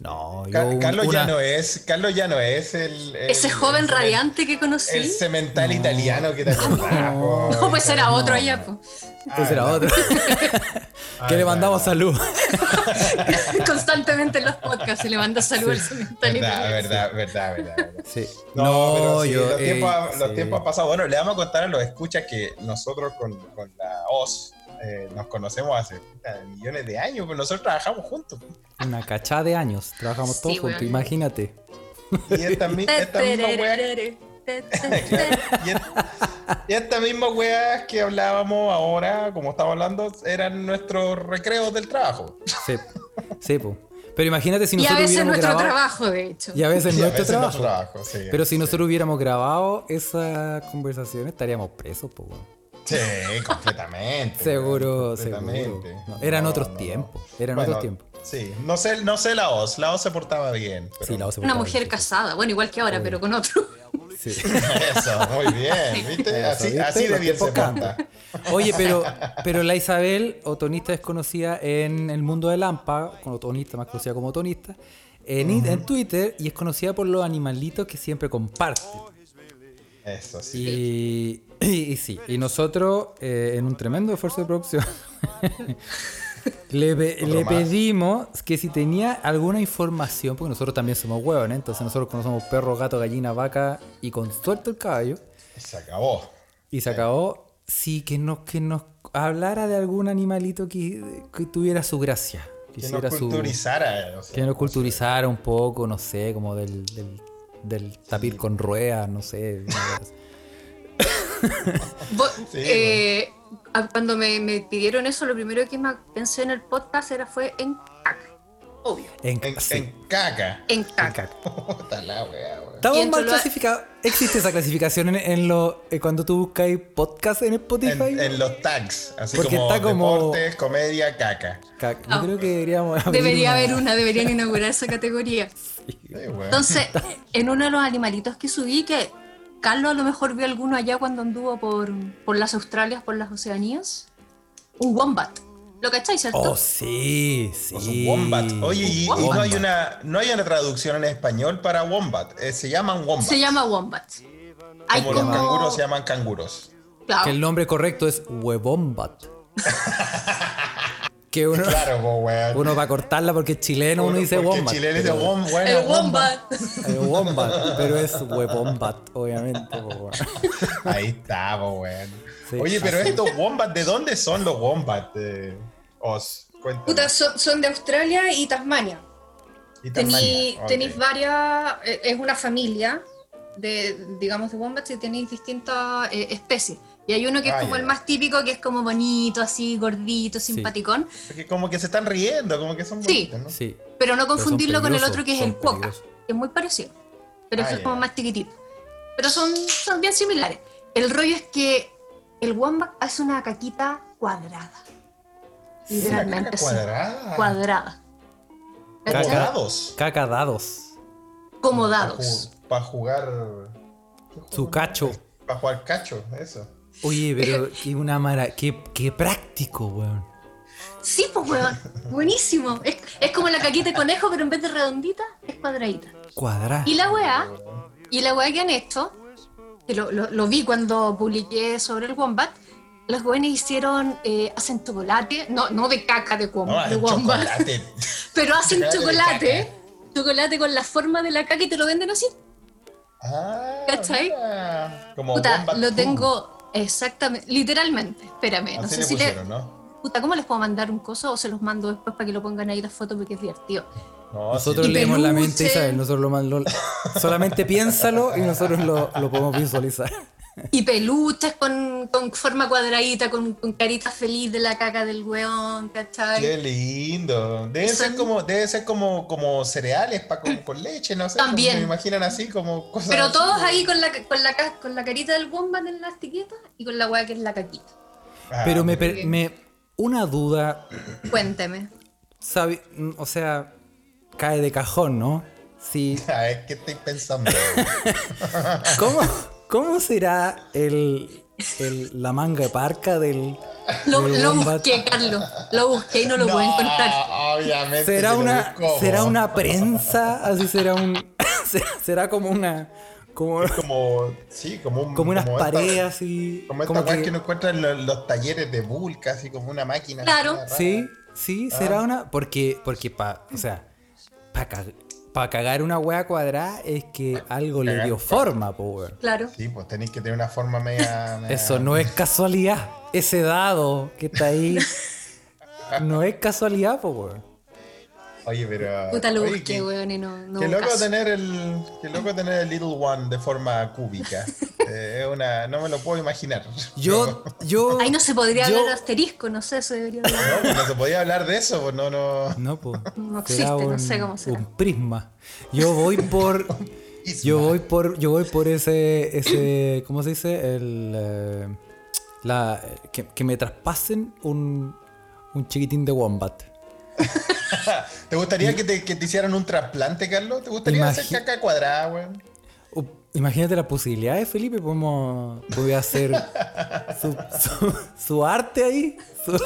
S2: no, yo
S1: Ca-
S2: un-
S1: Carlos
S2: una-
S1: ya no es, Carlos ya no es el, el-
S3: Ese joven
S1: el-
S3: radiante que
S1: el
S3: conocí.
S1: cemental italiano que te acordás, po.
S3: No, pues era otro allá. po.
S2: ese era otro, que
S1: Ay,
S2: le mandamos
S1: bueno.
S2: salud.
S3: Constantemente en los podcasts se le manda saludos al cemental
S1: Verdad,
S3: italiano.
S1: verdad, verdad, verdad, verdad.
S2: Sí.
S1: No, pero sí, los,
S2: eh,
S1: tiempos, ha- los
S2: sí.
S1: tiempos han pasado. Bueno, le vamos a contar a los escuchas que nosotros con, con la OS eh, nos conocemos hace puta, millones de años, pero nosotros trabajamos juntos.
S2: Una cachada de años, trabajamos
S3: Sí,
S2: todos
S3: weón.
S2: juntos, imagínate.
S1: Y esta, mi- esta misma weá
S3: Tererere, te- te- te-
S1: Y, et- y estas mismas weas que hablábamos ahora, como estaba hablando, eran nuestros recreos del trabajo.
S2: Sí, sí, po. Pero imagínate si
S3: Y a
S2: nosotros
S3: veces
S2: hubiéramos
S3: nuestro
S2: grabado...
S3: trabajo, de hecho.
S2: Y a veces
S1: Sí, a
S2: nuestro
S1: veces
S2: trabajo.
S1: nuestro trabajo, sí.
S2: Pero si nosotros hubiéramos grabado esas conversaciones, estaríamos presos, po. weón.
S1: Sí, completamente.
S2: Seguro,
S1: weón,
S2: seguro.
S1: completamente.
S2: No, eran
S1: No,
S2: otros
S1: no, no.
S2: tiempos, eran
S1: Bueno,
S2: otros tiempos.
S1: Sí, no sé, no sé la OS, la OS se portaba bien. pero-
S2: Sí, la osa
S3: Una
S2: portaba
S3: mujer
S2: bien,
S3: casada, bueno, igual que ahora, pero con otro.
S2: sí. Sí.
S1: Eso, muy bien, ¿viste? Este,
S2: Eso,
S1: Así,
S2: ¿viste?
S1: así de
S2: Los
S1: bien se
S2: tiempos
S1: porta.
S2: cambian. Oye, pero, pero la Isabel, otonista desconocida en el mundo del AMPA, con otonista más conocida como otonista, en, in- en Twitter y es conocida por los animalitos que siempre comparte.
S1: Eso sí.
S2: Y, y, y sí, y nosotros, eh, en un tremendo esfuerzo de producción, le, pe-
S1: Otro
S2: le
S1: más.
S2: pedimos que si tenía alguna información, porque nosotros también somos huevos, entonces nosotros conocemos perro, gato, gallina, vaca y con suerte el caballo.
S1: Se acabó.
S2: Y se acabó. Sí, que nos, que nos hablara de algún animalito que, que tuviera su gracia. Que,
S1: Que
S2: hiciera
S1: nos
S2: su-
S1: culturizara. o sea,
S2: que nos culturizara un poco, no sé, como del, del, del tapir con ruedas, no sé.
S3: Bo-
S1: Sí,
S3: eh, a- cuando me, me pidieron eso, lo primero que me pensé en el podcast era fue en cac. Obvio,
S2: En,
S1: En,
S2: sí, en
S1: en caca.
S3: en cac.
S2: caca.
S1: Puta la wea, wea.
S2: Estamos
S3: en
S2: mal
S3: Tuluá-
S2: clasificados. Existe esa clasificación en, en lo, eh, cuando tú buscáis podcast en Spotify.
S1: en, en los tags, así
S2: Porque
S1: como,
S2: está como-
S1: deportes, comedia, caca.
S2: Caca. Yo
S3: Ah.
S2: creo que deberíamos. abrir
S3: Debería haber una, deberían inaugurar esa categoría.
S1: Sí, weón.
S3: Entonces, en uno de los animalitos que subí, que Carlos a lo mejor vio alguno allá cuando anduvo por, por las Australias, por las Oceanías, un wombat. ¿Lo cacháis, cierto?
S2: Oh, sí, sí.
S1: Pues un wombat. Oye, y, y no hay
S2: Wombat.
S1: una no hay una traducción en español para wombat. eh, se llaman wombat.
S3: Se llama wombat. Hay
S1: Como los canguros se llaman canguros.
S3: Claro.
S2: Que el nombre correcto es huevombat. que uno,
S1: Claro, po, weón.
S2: uno va a cortarla porque es chileno, uno, dice
S1: porque
S2: wombat.
S1: chileno dice
S2: pero-
S1: wom- bueno,
S3: El
S1: wom-
S3: wombat.
S2: Eh, wombat, pero es huevombat, obviamente. po, weón.
S1: Ahí está, po, weón.
S2: Sí,
S1: Oye, pero
S2: así.
S1: estos wombat, ¿de dónde son los wombat? Eh, Oz, cuéntame.
S3: Puta, son, son de Australia y Tasmania.
S1: Y Tasmania,
S3: Tenéis
S1: ok.
S3: varias, eh, es una familia de, digamos, de wombats y tenéis distintas eh, especies. Y hay uno que es
S1: Ah,
S3: como
S1: ya.
S3: el más típico, que es como bonito, así, gordito, simpaticón,
S1: Porque como que se están riendo, como que son
S3: Sí.
S1: bonitos, ¿no?
S2: Sí.
S3: pero no
S2: son
S3: confundirlo con el
S2: peligrosos,
S3: otro que es
S2: son
S3: el cuoca,
S2: peligrosos.
S3: que es muy parecido, pero
S1: Ah,
S3: ese es
S1: ya.
S3: como más chiquitito. Pero son, son bien similares. El rollo es que el wombat hace una caquita cuadrada.
S1: Una caca
S3: Literalmente, así,
S1: cuadrada.
S3: cuadrada. ¿Cachai?
S2: Caca.
S1: Cuadrados.
S2: Caca dados.
S3: Como dados.
S1: Para jugar.
S2: Su cacho.
S1: Para jugar cacho, eso.
S2: Oye, pero qué una mara, qué, qué práctico, weón.
S3: Sí, pues weón, buenísimo. Es, es como la caquita de conejo, pero en vez de redondita, es cuadradita.
S2: Cuadrado.
S3: Y la weá, y la weá que han hecho, que lo, lo- lo vi cuando publiqué sobre el wombat, los jóvenes hicieron, eh, hacen chocolate, no, no de caca de, wom-
S1: No,
S3: de
S1: hacen
S3: wombat,
S1: chocolate.
S3: pero hacen
S1: Chocolate de
S3: chocolate, chocolate con la forma de la caca y te lo venden así.
S1: Ah,
S3: ¿Cachai?
S1: mira. Como
S3: Puta,
S1: Wombat
S3: lo
S1: Fu.
S3: tengo exactamente, literalmente, espérame, no
S1: Así
S3: sé
S1: le
S3: si le...
S1: pusieron, ¿no?
S3: Puta, ¿cómo les puedo mandar un coso o se los mando después para que lo pongan ahí las fotos porque es divertido?
S1: No,
S2: Nosotros
S1: sí,
S3: Y
S2: leemos la
S3: peluche.
S2: mente, Isabel. Nosotros lo, man- lo- solamente piénsalo y nosotros lo, lo podemos visualizar.
S3: Y peluches con, con forma cuadradita, con, con carita feliz de la caca del weón, ¿cachai?
S1: Qué lindo. Debe
S3: Son-
S1: ser como, debe ser como, como cereales pa, con, con leche, no sé. como
S3: También.
S1: Me imaginan así como cosas.
S3: Pero
S1: así.
S3: todos ahí con la, con la, ca- con la carita del wombat en la etiqueta y con la weá que es la caquita.
S1: Ah,
S2: Pero me,
S1: mira.
S2: per- me una duda,
S3: Cuénteme.
S2: sabe- mm, o sea, cae de cajón, ¿no? Sí.
S1: Ah, es que estoy pensando.
S2: ¿Cómo, cómo será el, el- la manga de parca del,
S3: Lo,
S2: del
S3: lo
S2: wombat?
S3: busqué, Carlos. Lo busqué y no lo
S1: No,
S3: puedo encontrar.
S1: obviamente.
S2: ¿Será
S1: que lo
S2: una,
S1: busco.
S2: será una prensa? Así será un. será- será como una. Como,
S1: Como, sí, como un-
S2: como unas
S1: esta-
S2: paredes así.
S1: Como esta
S2: como
S1: weá que,
S2: que-
S1: uno encuentra en los, los talleres de Bulk, así como una máquina.
S3: Claro.
S1: así rara.
S2: Sí, sí,
S1: Ah.
S2: será una. Porque, porque pa, o sea, para cagar una hueá cuadrada es que algo le
S1: Cagar,
S2: dio forma, po, weón.
S3: Claro.
S1: Sí, pues tenéis que tener una forma media. media-
S2: Eso no es casualidad. Ese dado que está ahí no es casualidad, po, weón.
S1: Oye, pero.
S3: Puta, lo
S1: oye,
S3: busqué,
S1: qué-
S3: weón, y no. no
S1: Qué
S3: hubo
S1: loco,
S3: caso.
S1: tener el, qué loco tener el Little One de forma cúbica. Eh, es una, no me lo puedo imaginar.
S2: Yo, yo.
S3: Ahí no se podría
S2: yo-
S3: hablar de asterisco, no sé, eso debería haber.
S1: No, pues no se podía hablar de eso, pues no, no.
S2: No, po.
S3: No
S2: Será
S3: existe, no sé cómo será.
S2: Un prisma. Yo voy por. yo voy por. Yo voy por ese. ese ¿Cómo se dice? El. eh, la, que, que me traspasen un. Un chiquitín de Wombat.
S1: ¿Te gustaría que te, que te hicieran un trasplante, Carlos? ¿Te gustaría hacer
S2: Imagi-
S1: caca cuadrada, weón?
S2: Uh, Imagínate las posibilidades, Felipe. Podemos. Voy a hacer. Su, su- su arte ahí. Su,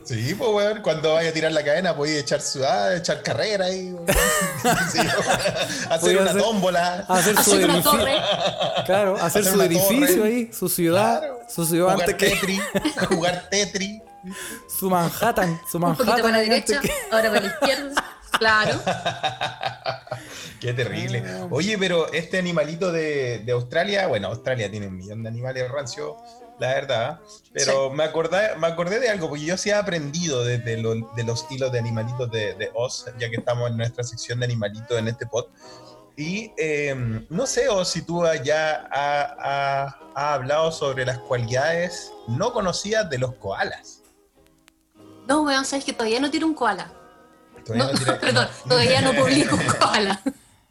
S2: su-
S1: Sí, pues weón, cuando vaya a tirar la cadena podéis echar ciudad, echar carrera ahí, weón. Sí, weón. hacer
S2: Podía
S1: una
S2: hacer-
S1: tómbola.
S2: Hacer su
S3: Hacer una
S2: edificio.
S3: torre.
S2: Claro, hacer,
S1: Hacer
S2: su
S1: una
S2: edificio
S1: torre.
S2: ahí. Su ciudad.
S1: Claro.
S2: Su ciudad
S1: jugar
S2: antes que.
S1: Tetris, jugar Tetris.
S2: Su Manhattan. Su
S3: Un poquito
S2: Manhattan.
S3: para la
S2: antes
S3: derecha,
S2: que-
S3: ahora para la izquierda. Claro.
S1: Qué terrible. Oye, pero este animalito de, de Australia, bueno, Australia tiene un millón de animales rancios, la verdad. Pero me, acordé, me acordé de algo, porque yo sí he aprendido desde lo- de los hilos de animalitos de, de Oz, ya que estamos en nuestra sección de animalitos en este pod. Y eh, no sé, Oz, si tú ya has hablado sobre las cualidades no conocidas de los koalas.
S3: No, weón, sabes que todavía no tiro un koala.
S1: Todavía
S3: No,
S1: tiene-
S3: perdón, todavía no publico un koala.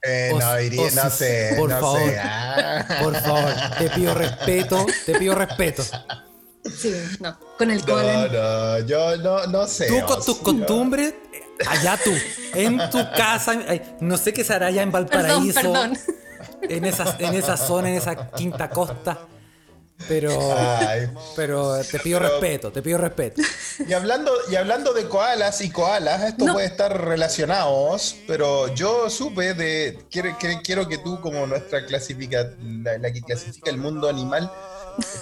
S1: Eh,
S2: Oz-
S1: no, diría-
S2: Oz,
S1: no sé,
S2: por
S1: no
S2: favor.
S1: sé. Ah.
S2: Por favor, te pido respeto, te pido respeto.
S3: Sí, no, con el
S1: No,
S3: koala.
S1: no, yo no, no sé.
S2: Tú con
S1: Oz,
S2: tus
S1: yo-
S2: costumbres, allá tú, en tu casa, ay, no sé qué se hará allá en
S3: Perdón,
S2: Valparaíso,
S3: perdón.
S2: En, esa, en esa zona, en esa quinta costa. Pero,
S1: Ay.
S2: pero te pido
S1: Pero-
S2: respeto, te pido respeto.
S1: Y hablando, y hablando de koalas y koalas, esto
S3: No.
S1: puede estar relacionados, pero yo supe de. Quiero, quiero- quiero que tú, como nuestra clasifica, la, la que clasifica el mundo animal,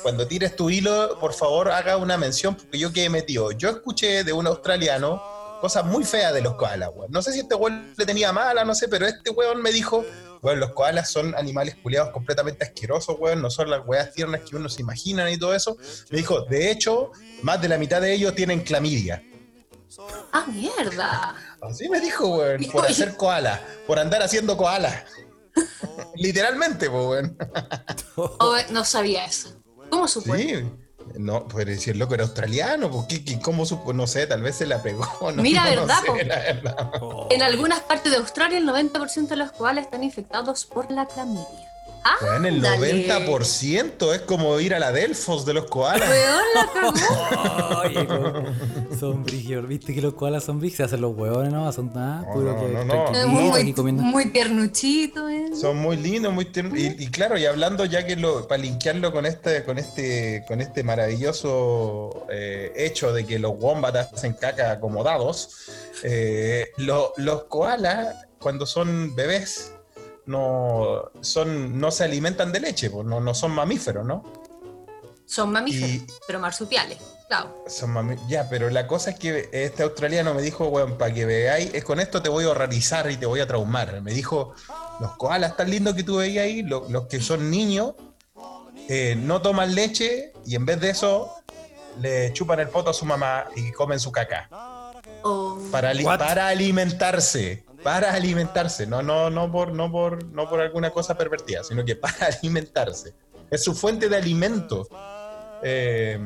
S1: cuando tires tu hilo, por favor, haga una mención, porque yo quedé metido. Yo escuché de un australiano cosas muy feas de los koalas, weón. No sé si este weón le tenía mala, no sé, pero este weón me dijo. Weón, los koalas son animales culiados completamente asquerosos, weón. No son las weas tiernas que uno se imagina y todo eso. Me dijo, de hecho, más de la mitad de ellos tienen clamidia.
S3: Ah, mierda.
S1: Así me dijo, weón, por hacer koala, por andar haciendo koala. Literalmente, pues, weón.
S3: Oh, no sabía eso. ¿Cómo supo?
S1: Sí. No, pero si el loco era australiano, pues, ¿qué- qué- ¿cómo supo? No sé, tal vez se la pegó. No,
S3: Mira,
S1: no
S3: ¿verdad,
S1: sé,
S3: po?
S1: la verdad.
S3: En algunas partes de Australia, el 90% de los koalas están infectados por la clamidia. Ah,
S1: Weón, el 90% es como ir a la Delfos de los koalas.
S3: Weón la cagó.
S2: Oye, como- son brígidos. Viste que los koalas son brígidos. Se hacen los hueones, no son nada.
S1: No,
S2: puro
S1: no,
S2: que
S1: no, no.
S3: Eh,
S2: tranquilito, aquí
S3: muy,
S2: comiendo.
S3: muy tiernuchito, eh.
S1: Son muy lindos, muy tiernos. Y, y claro, y hablando ya que lo, para linkearlo con este, con este, con este maravilloso eh, hecho de que los wombats hacen caca acomodados, eh, lo- los koalas, cuando son bebés, no son, no se alimentan de leche, pues, no, no son mamíferos, ¿no?
S3: Son mamíferos,
S1: Y-
S3: pero marsupiales. Claro.
S1: Son mami- ya, pero la cosa es que este australiano me dijo, bueno, para que veáis, es con esto te voy a horrorizar y te voy a traumar. Me dijo, los koalas tan lindos que tú veías ahí, lo- los que son niños, eh, no toman leche y en vez de eso le chupan el poto a su mamá y comen su caca.
S3: O-
S1: Para, ali-
S2: What?
S1: para alimentarse. Para alimentarse. No, no, no por, no por, no por alguna cosa pervertida, sino que para alimentarse. Es su fuente de alimento. Eh,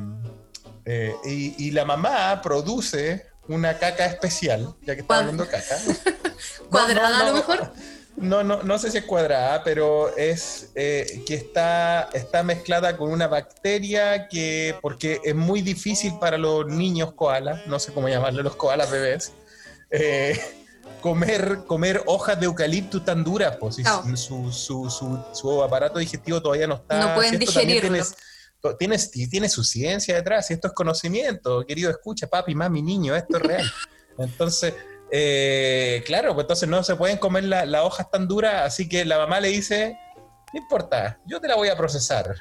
S1: eh, y, y la mamá produce una caca especial, ya que está
S3: Cuad-
S1: hablando de caca. No,
S3: ¿Cuadrada
S1: no,
S3: a lo
S1: no.
S3: mejor?
S1: No, no, no sé si es cuadrada, pero es eh, que está, está mezclada con una bacteria que, porque es muy difícil para los niños koalas, no sé cómo llamarlo, los koalas bebés, eh, comer, comer hojas de eucalipto tan duras, pues si
S3: Claro.
S1: su, su, su, su aparato digestivo todavía no está...
S3: No pueden
S1: si esto Ah, también
S3: digerirlo.
S1: tienes- to- Tienes, y tiene su ciencia detrás, y esto es conocimiento, querido, escucha, papi, mami, niño, esto es real. Entonces, eh, claro, pues entonces no se pueden comer la- las hojas tan duras, así que la mamá le dice, no importa, yo te la voy a procesar.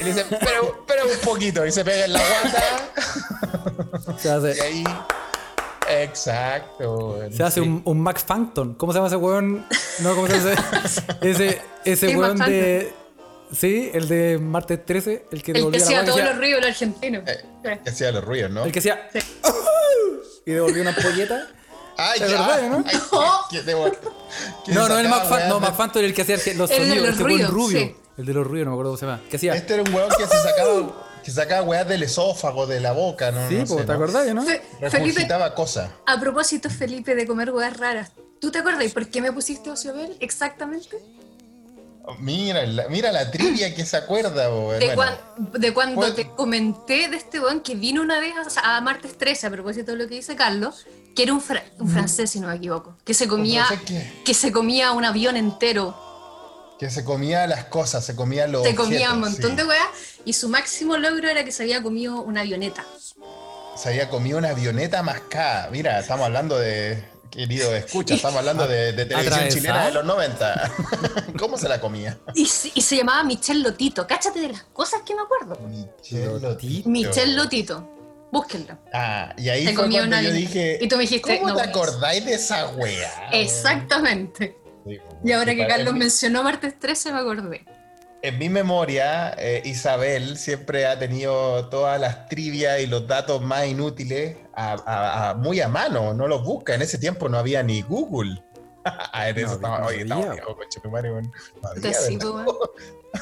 S1: Y le dice, pero, pero un poquito, y se pega en la guata,
S2: Se hace,
S1: y ahí... Exacto. bueno,
S2: se hace
S1: sí.
S2: un, un McFankton. ¿Cómo se llama ese hueón? No, ¿cómo se llama ese? Ese, ese
S3: Sí,
S2: hueón de. Sí, el de martes 13, el que
S3: El que
S2: devolvió la
S3: hacía
S2: guagua
S3: todos
S2: y
S3: los
S2: decía-
S3: ríos el argentino.
S1: Eh, que hacía los ruidos, ¿no?
S2: El que hacía. Y devolvió una ampolleta.
S1: Ay,
S2: ¿Te
S1: ya,
S2: acordás, no?
S1: ay, que- que- que
S2: No, no, el
S1: sacaba, eh?
S2: McFan, no,
S1: weón, de-
S2: McFanton, el que hacía el- los
S3: El de
S2: sonidos.
S3: los
S2: ese hueón
S3: ruidos,
S2: rubio.
S3: sí.
S2: El de los ruidos, no me acuerdo cómo se llama. Que hacía.
S1: Este era un weón que se sacaba, que sacaba weas del esófago, de la boca, ¿no?
S2: sí,
S1: no
S2: po,
S1: sé,
S2: ¿te
S1: ¿no?
S2: acordás, no?
S3: Fe- Felipe,
S1: Regurgitaba cosas.
S3: a propósito, Felipe, de comer huevas raras. ¿Tú te acuerdas por qué me pusiste ociobel exactamente?
S1: Mira, la, mira la trivia que se acuerda, weón. Bueno,
S3: De, cuan- de cuando
S1: Pues-
S3: te comenté de este weón que vino una vez a, a martes 13, a propósito de lo que dice Carlos, que era un, fra- un francés, si no me equivoco, que se comía,
S1: francés que-
S3: que se comía un avión entero,
S1: Que se comía las cosas, se comía los.
S3: se comía un
S1: objetos,
S3: montón
S1: Oh, sí.
S3: de weas, y su máximo logro era que se había comido una avioneta.
S1: Se había comido una avioneta mascada. Mira, estamos hablando de. Querido, escucha, estamos hablando de, de televisión
S2: Atravesada.
S1: chilena de los 90. ¿Cómo se la comía?
S3: Y, se- y se llamaba Michel Lotito, cáchate de las cosas que me acuerdo.
S1: Michel
S2: Lotito.
S3: Michel Lotito, búsquenlo.
S1: Ah, y ahí
S3: Se
S1: fue
S3: comió
S1: cuando
S3: una
S1: yo
S3: avioneta.
S1: dije.
S3: Y tú me dijiste,
S1: ¿Cómo
S3: no,
S1: te
S3: weón".
S1: acordáis de esa wea?
S3: Exactamente.
S1: Sí,
S3: Y ahora
S1: sí,
S3: que
S1: para-
S3: Carlos
S1: en-
S3: mencionó martes 13 me acordé.
S1: En mi memoria, eh, Isabel siempre ha tenido todas las trivias y los datos más inútiles a- a- a- muy a mano, no los busca. En ese tiempo no había ni Google. Ah, en
S2: No
S1: eso
S2: había-
S1: estaba-
S2: no
S1: oye, estaba
S2: había.
S1: viejo, conchetumare, bueno. No había,
S3: Entonces, sí,
S1: ¿verdad?
S3: pues, weón.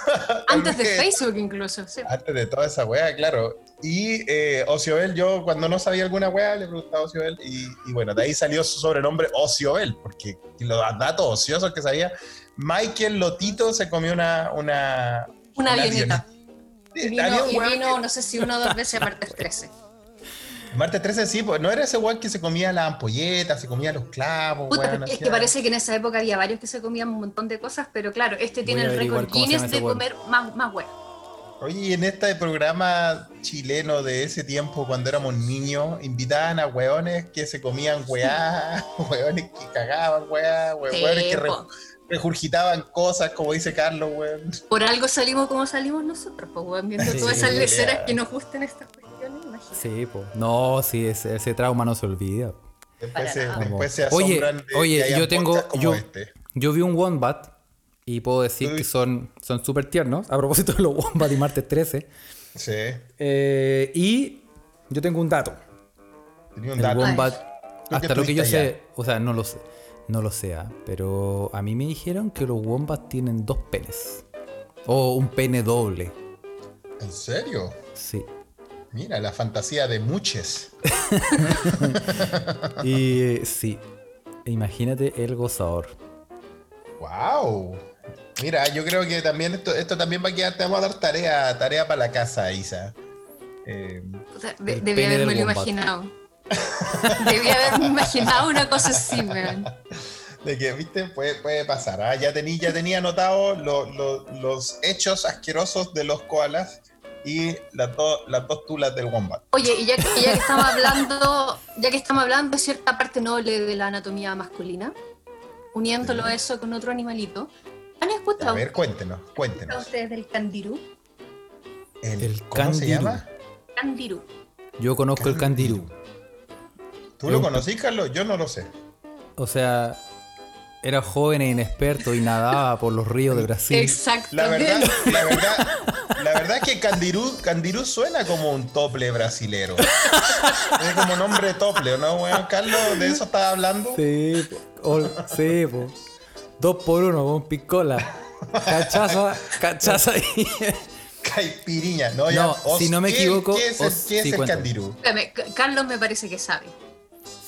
S3: Antes de
S1: También.
S3: Facebook incluso, sí.
S1: Antes de toda esa wea, claro. Y eh, Ociobel, yo cuando no sabía alguna wea le preguntaba a Ociobel. Y, y bueno, de ahí salió su sobrenombre Ociobel, porque los datos ociosos que sabía. Michael Lotito se comió una. Una,
S3: Una avioneta.
S1: Sí,
S3: Y vino,
S1: había un
S3: y
S1: Eh, weón
S3: vino, no sé si una o dos veces a martes 13.
S1: que- Martes 13, sí, pues no era ese weón que se comía las ampolletas, se comía los clavos,
S3: Puta,
S1: weón,
S3: porque es
S1: hacía-
S3: que parece que en esa época había varios que se comían un montón de cosas, pero claro, este
S2: Voy
S3: tiene
S2: a
S3: el
S2: averiguar
S3: récord
S2: cómo se llama
S3: Guinness
S2: ese
S3: de
S2: weón.
S3: comer más, más huevo.
S1: Oye, y en este programa chileno de ese tiempo, cuando éramos niños, invitaban a hueones que se comían hueá, hueones que cagaban hueá, hue-
S3: Sí,
S1: hueones que re-
S3: po.
S1: regurgitaban cosas, como dice Carlos, hueón.
S3: Por algo salimos como salimos nosotros, pues, weón, viendo
S2: Sí,
S3: todas esas
S1: ya.
S3: leceras que nos gustan estas cuestiones, imagínate.
S2: Sí, po. No, sí, ese, ese trauma no se olvida. po.
S3: Para
S1: Después se,
S3: nada.
S1: después se
S2: Oye,
S1: asombran de que
S2: oye,
S1: hayan
S2: yo tengo.
S1: podcasts como
S2: Yo,
S1: este.
S2: yo vi un Wombat y puedo decir
S1: Uy.
S2: que son son súper tiernos. A propósito de los Wombat y martes 13.
S1: Sí,
S2: Eh, y yo tengo un dato.
S1: tenía un
S2: El
S1: dato.
S2: Wombat,
S1: Tú
S2: hasta
S1: que
S2: lo que yo
S1: estuviste
S2: sé, o sea, no lo sé. No lo sea, pero a mí me dijeron que los Wombats tienen dos penes. O un pene doble.
S1: ¿En serio?
S2: Sí.
S1: Mira, la fantasía de muchos.
S2: Y eh, sí. Imagínate el gozador.
S1: ¡Wow! Mira, yo creo que también esto, esto también va a quedar, te vamos a dar tarea, tarea para la casa, Isa. Eh,
S3: Puta, de-
S2: El
S3: debí
S2: pene del
S3: haberme lo
S2: wombat.
S3: imaginado. debí haberme imaginado una cosa así, weón.
S1: de que, viste, puede, puede pasar. ¿ah? Ya tenía ya tenía anotado lo- lo- los hechos asquerosos de los koalas y las, dos- las dos tulas del wombat.
S3: Oye, y ya que, ya que estamos hablando, ya que estamos hablando de cierta parte noble de la anatomía masculina, uniéndolo a eso con otro animalito, ¿han escuchado
S1: A ver, cuéntenos,
S3: escuchado
S1: cuéntenos.
S3: ustedes del candirú?
S1: El,
S2: El
S1: ¿Cómo se
S2: candiru.
S1: llama?
S3: Candirú.
S2: Yo conozco el candiru.
S1: ¿Tú lo conocís, Carlos? Yo no lo sé.
S2: O sea, era joven e inexperto y nadaba por los ríos de Brasil.
S3: Exacto.
S1: La verdad, la verdad, la verdad es que Candirú, Candirú suena como un tople brasilero. Es como nombre tople, ¿no, weón? Carlos, de eso estaba hablando.
S2: Sí, po. Ol- sí, po. Dos por uno con piscola. Cachaza, cachaza y.
S1: Caipiriña, ¿no? Ya,
S2: No, si no me
S1: ¿qué-
S2: equivoco,
S1: ¿Qué es el,
S2: os-
S1: qué es
S2: sí,
S1: el
S2: cuéntame.
S1: Candirú?
S3: Espérame, C- Carlos me parece que sabe.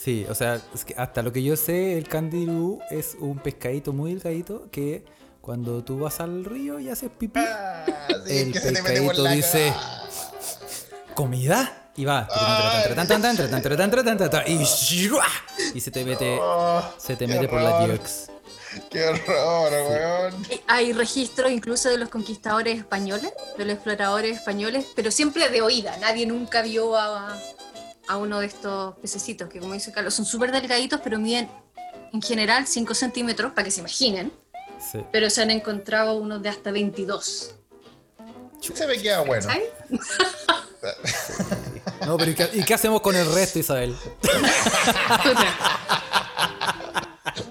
S2: Sí, o sea, es que hasta lo que yo sé, el candirú es un pescadito muy delgadito que cuando tú vas al río y haces pipí,
S1: Ah, sí,
S2: El
S1: que se te mete por
S2: pescadito
S1: la
S2: dice-
S1: cara.
S2: comida y va. tran, tran, tran, tran, tran, tran, tran, tran, tran, tran, Y shua, y se te mete,
S1: Oh,
S2: se te
S1: qué
S2: mete por las
S1: horror,
S2: jerks.
S1: Qué horror, weón.
S3: Y Hay registros incluso de los conquistadores españoles, de los exploradores españoles, pero siempre de oída. Nadie nunca vio a, a uno de estos pececitos, que como dice Carlos, son súper delgaditos, pero miden en general 5 centímetros, para que se imaginen,
S2: Sí.
S3: pero se han encontrado unos de hasta 22.
S1: Se me queda bueno.
S3: ¿Sabes?
S2: No, pero ¿y qué, y qué hacemos con el resto, Isabel?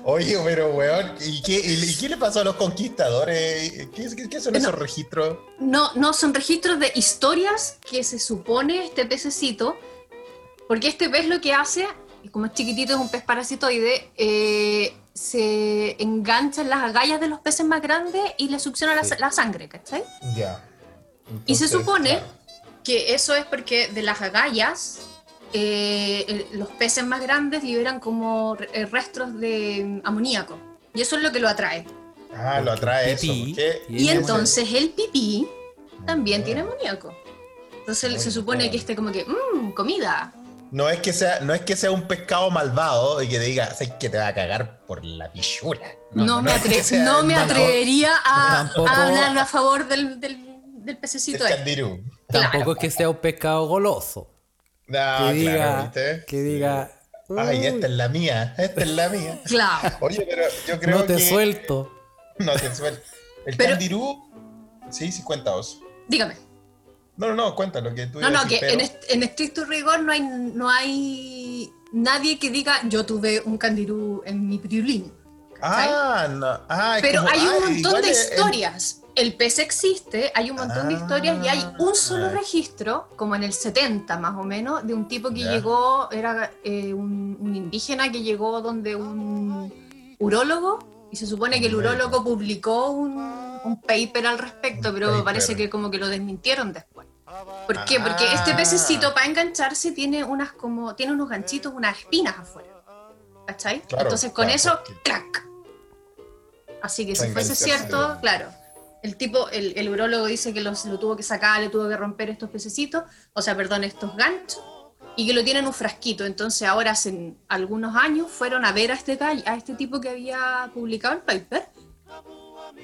S1: Oye, pero weón, ¿y qué, y- y qué le pasó a los conquistadores? ¿Qué, qué- qué son esos registros?
S3: No, no, son registros de historias que se supone este pececito, porque este pez lo que hace, como es chiquitito, es un pez parasitoide, eh, se engancha en las agallas de los peces más grandes y le succiona la,
S2: Sí.
S3: la sangre, ¿cachai?
S1: Ya.
S3: Y se
S1: Entonces,
S3: supone
S1: claro.
S3: que eso es porque de las agallas eh, el- los peces más grandes liberan como re- eh, restos de mm, amoníaco, y eso es lo que lo atrae.
S1: Ah, lo atrae eso.
S2: Pipí
S1: porque-
S2: tiene
S3: Y
S2: amoníaco.
S3: entonces el pipí también
S1: Ah.
S3: tiene amoníaco. Entonces
S1: Muy
S3: se supone
S1: bien.
S3: que este como que, mmm, comida.
S1: No es que sea, no es que sea un pescado malvado y que diga, "Sabes que te va a cagar por la pichula.
S3: No, me,
S1: es que
S3: atre-
S1: sea
S3: no me
S1: el-
S3: atrevería a,
S2: Tampoco-
S3: a hablar a favor del, del, del
S1: el
S3: pececito. este.
S1: candirú.
S2: Tampoco es que sea un pescado goloso. Que
S1: No,
S2: diga,
S1: Ah, claro, ¿viste?
S2: que diga,
S1: Ay, esta
S2: "Uy,
S1: es la mía, esta es la mía.
S3: Claro.
S1: Oye, pero yo creo
S2: no te
S1: que.
S2: suelto.
S1: No te suelto. El
S3: Pero-
S1: candirú. Sí, sí, cuéntanos.
S3: Dígame.
S1: No, no, no, cuéntalo que tú
S3: No,
S1: ibas a
S3: no, que
S1: decir,
S3: en, este,
S1: pero-
S3: est- en estricto rigor no hay, no hay nadie que diga yo tuve un candirú en mi priulín. ¿cachai?
S1: Ah, no. ah, es
S3: Pero
S1: como-
S3: hay
S1: ah,
S3: un montón
S1: igual
S3: de
S1: es- es-
S3: historias. El pez existe, hay un montón de historias y hay un solo
S1: Ah.
S3: registro, como en el 70 más o menos, de un tipo que
S1: Ya.
S3: llegó, era eh, un, un indígena que llegó donde un urólogo, y se supone que el
S1: Un médico.
S3: urólogo publicó un, un paper al respecto,
S1: Un
S3: pero
S1: paper.
S3: parece que como que lo desmintieron después. ¿Por qué? Porque
S1: Ah.
S3: este pececito para engancharse tiene unas como tiene unos ganchitos, unas espinas afuera. ¿Cachai?
S1: Claro,
S3: Entonces con
S1: claro,
S3: eso,
S1: porque-
S3: ¡clac! Así que
S1: Para
S3: si fuese
S1: engancharse.
S3: cierto, claro. El tipo, el, el urólogo dice que los, lo tuvo que sacar, le tuvo que romper estos pececitos, o sea, perdón, estos ganchos, y que lo tienen en un frasquito. Entonces ahora hace algunos años fueron a ver a este, gall- a este tipo que había publicado el paper